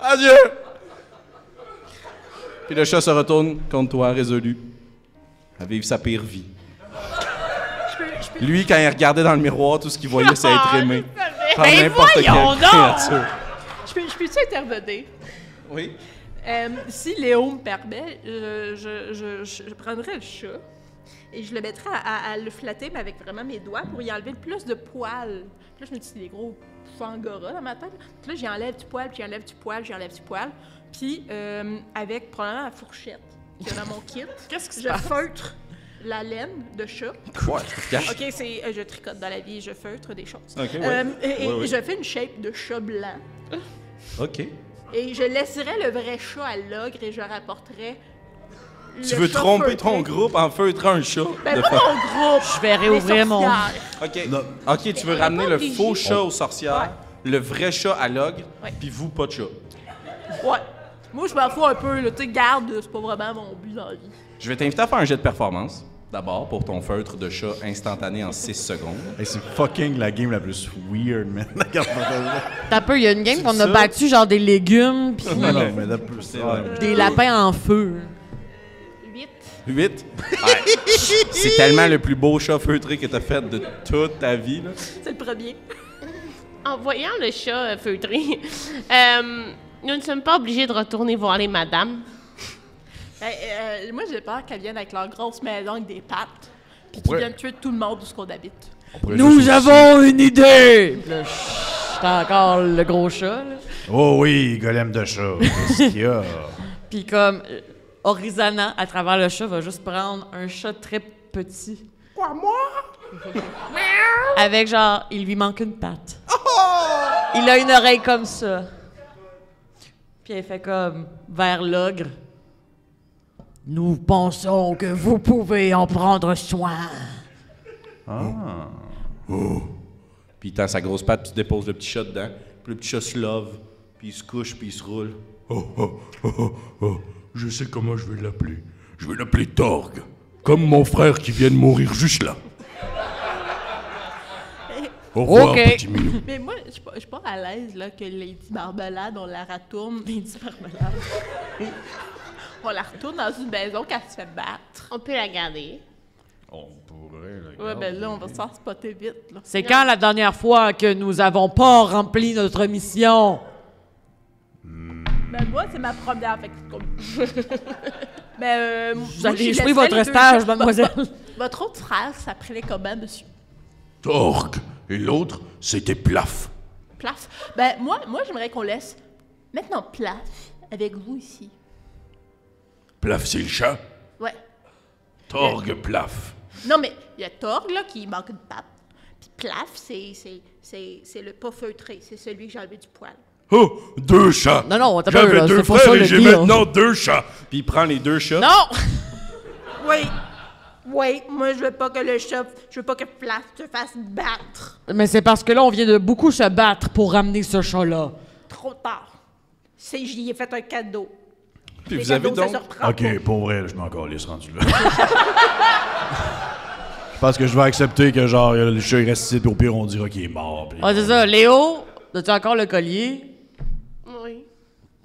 Adieu! Puis le chat se retourne contre toi, résolu, à vivre sa pire vie. Lui, quand il regardait dans le miroir, tout ce qu'il voyait, c'est être aimé. Par Mais n'importe quelle voyons donc! créature. Je peux- je peux-tu intervenir? Oui. Euh, si Léo me permet, euh, je, je, je, je prendrais le chat et je le mettrais à, à- à le flatter, mais avec vraiment mes doigts pour y enlever le plus de poils. Puis là, je me dis, c'est des gros fangoras dans ma tête. Puis là, j'y enlève du poil, puis j'y enlève du poil, j'y enlève du poil. Puis euh, avec probablement la fourchette qu'il y a dans mon kit, Qu'est-ce qui se je passe? feutre la laine de chat. Ouais, cache. OK, c'est, euh, je tricote dans la vie, je feutre des choses. Ok, ouais. Euh, et et Ouais, ouais. je fais une shape de chat blanc. Ok. Et je laisserai le vrai chat à l'ogre et je rapporterai. le Tu veux chat tromper feutré. ton groupe en feutrant un chat? Ben, de pas fa- mon groupe! Je vais les réouvrir mon. sorcières. Ok. Ok, tu veux ramener le faux chat aux sorcières, le vrai chat à l'ogre, Ouais. puis vous, pas de chat. Ouais. Moi, je m'en fous un peu, là. Tu sais, garde, c'est pas vraiment mon but dans la vie. Je vais t'inviter à faire un jet de performance, d'abord, pour ton feutre de chat instantané en 6 secondes. Hey, c'est fucking la game la plus weird, man. Regarde pas T'as peu, il y a une game qu'on ça? a battu, genre des légumes, puis ça. Non, mais la plus. ouais. des lapins en feu. 8. 8. C'est tellement le plus beau chat feutré que t'as fait de toute ta vie. Là. C'est le premier. En voyant le chat euh, feutré, euh, nous ne sommes pas obligés de retourner voir les madames. Ben, euh, moi, j'ai peur qu'elle vienne avec leur grosse maison avec des pattes. Puis Ouais. qu'ils viennent tuer tout le monde où ce qu'on habite. On pourrait Nous juste aussi- avons une idée! Puis là, J'étais encore le gros chat, là. Oh oui, golem de chat. Qu'est-ce qu'il y a? Puis comme euh, Orizana, à travers le chat, va juste prendre un chat très petit. Quoi, moi? Avec genre, il lui manque une patte. Il a une oreille comme ça. Puis elle fait comme vers l'ogre. Nous pensons que vous pouvez en prendre soin. Puis il tend sa grosse patte, puis tu déposes le petit chat dedans. Puis le petit chat se love, puis il se couche, puis il se roule. Oh, oh, oh, oh, oh. Je sais comment je vais l'appeler. Je vais l'appeler Torg. Comme mon frère qui vient de mourir juste là. Au revoir, Ok. petit minou. Mais moi, je suis pas- je suis pas à l'aise, là, que Lady Barbelade, on la retourne. Lady Barbelade. on la retourne dans une maison qu'elle se fait battre. On peut la garder. On pourrait, là. Ouais, ben là, on va se faire spotter vite, là. C'est quand la dernière fois que nous avons pas rempli notre mission? Ben moi, c'est ma première, fait que comme... ben, euh, Vous moi, avez j'y échoué laisserais votre les deux stage, chats. mademoiselle. Votre autre phrase s'appelait comment, monsieur? Torg. Et l'autre, c'était Plaf. Plaf? Ben, moi, moi j'aimerais qu'on laisse maintenant Plaf avec vous ici. Plaf, c'est le chat. Ouais. Torg, Plaf. Non, mais il y a Torg, là, qui manque une pape. Puis Plaf, c'est- c'est c'est- c'est le pas feutré. C'est celui que j'ai enlevé du poil. Oh, deux chats. Non, non, t'as pas eu, J'avais là, deux c'est hein. pas frères ça, et le j'ai deal. maintenant deux chats. Puis il prend les deux chats. Non! Oui. Oui, moi, je veux pas que le chat... Je veux pas que Plaf se fasse battre. Mais c'est parce que là, on vient de beaucoup se battre pour ramener ce chat-là. Trop tard. C'est... J'y ai fait un cadeau. puis Les vous avez cadeaux, ça donc. se Ah, reprend pas. Ok, pour vrai, là, je m'en calisse rendu là. Je pense que je vais accepter que, genre, euh, le chat il reste ici, puis au pire, on dira qu'il est mort. puis- Ah, c'est ça. Léo, as-tu encore le collier? Oui.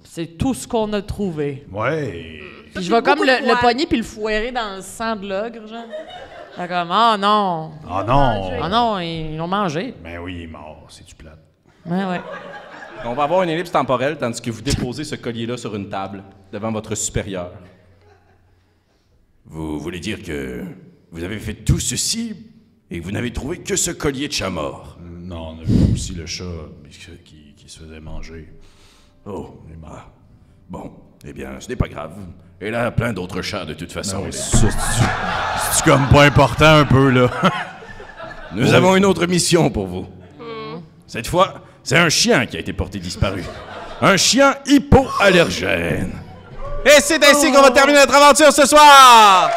C'est tout ce qu'on a trouvé. Ouais. Puis je vais comme beaucoup le, de le poils. poignet puis le fouetter dans le sang de l'ogre, genre. Fait comme, ah non. Ah non! Ah non, ils l'ont mangé. Ben oui, il est mort, c'est du plat. Ouais, ouais. On va avoir une ellipse temporelle tandis que vous déposez ce collier-là sur une table devant votre supérieur. Vous voulez dire que vous avez fait tout ceci et vous n'avez trouvé Mm, que ce collier de chat mort. Non, on a vu aussi le chat mais qui, qui- qui se faisait manger. Oh, eh ben, Bon, eh bien, ce n'est pas grave. Et là, plein d'autres chats de toute façon. oui, ça, c'est- C'est comme pas important un peu, là. Nous avons une autre mission pour vous. Cette fois, c'est un chien qui a été porté disparu. Un chien hypoallergène. Et c'est ainsi qu'on va terminer notre aventure ce soir!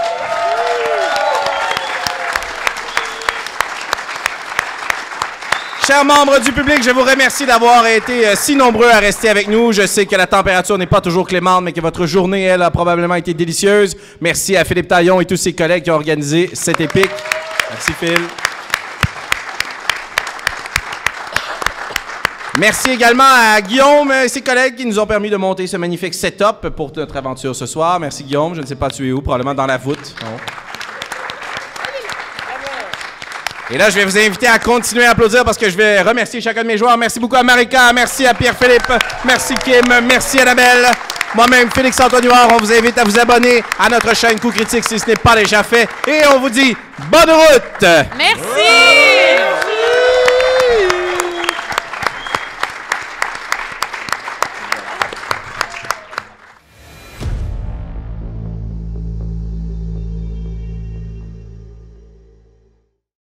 Chers membres du public, je vous remercie d'avoir été euh, si nombreux à rester avec nous. Je sais que la température n'est pas toujours clémente, mais que votre journée, elle, a probablement été délicieuse. Merci à Philippe Taillon et tous ses collègues qui ont organisé cette épique. Merci, Phil. Merci également à Guillaume et ses collègues qui nous ont permis de monter ce magnifique setup pour notre aventure ce soir. Merci Guillaume, je ne sais pas tu es où, probablement dans la voûte. Non. Et là, je vais vous inviter à continuer à applaudir parce que je vais remercier chacun de mes joueurs. Merci beaucoup à Marika, merci à Pierre-Philippe, merci Kim, merci Annabelle. Moi-même, Félix-Antoine Huard, on vous invite à vous abonner à notre chaîne Coup Critique si ce n'est pas déjà fait. Et on vous dit bonne route! Merci!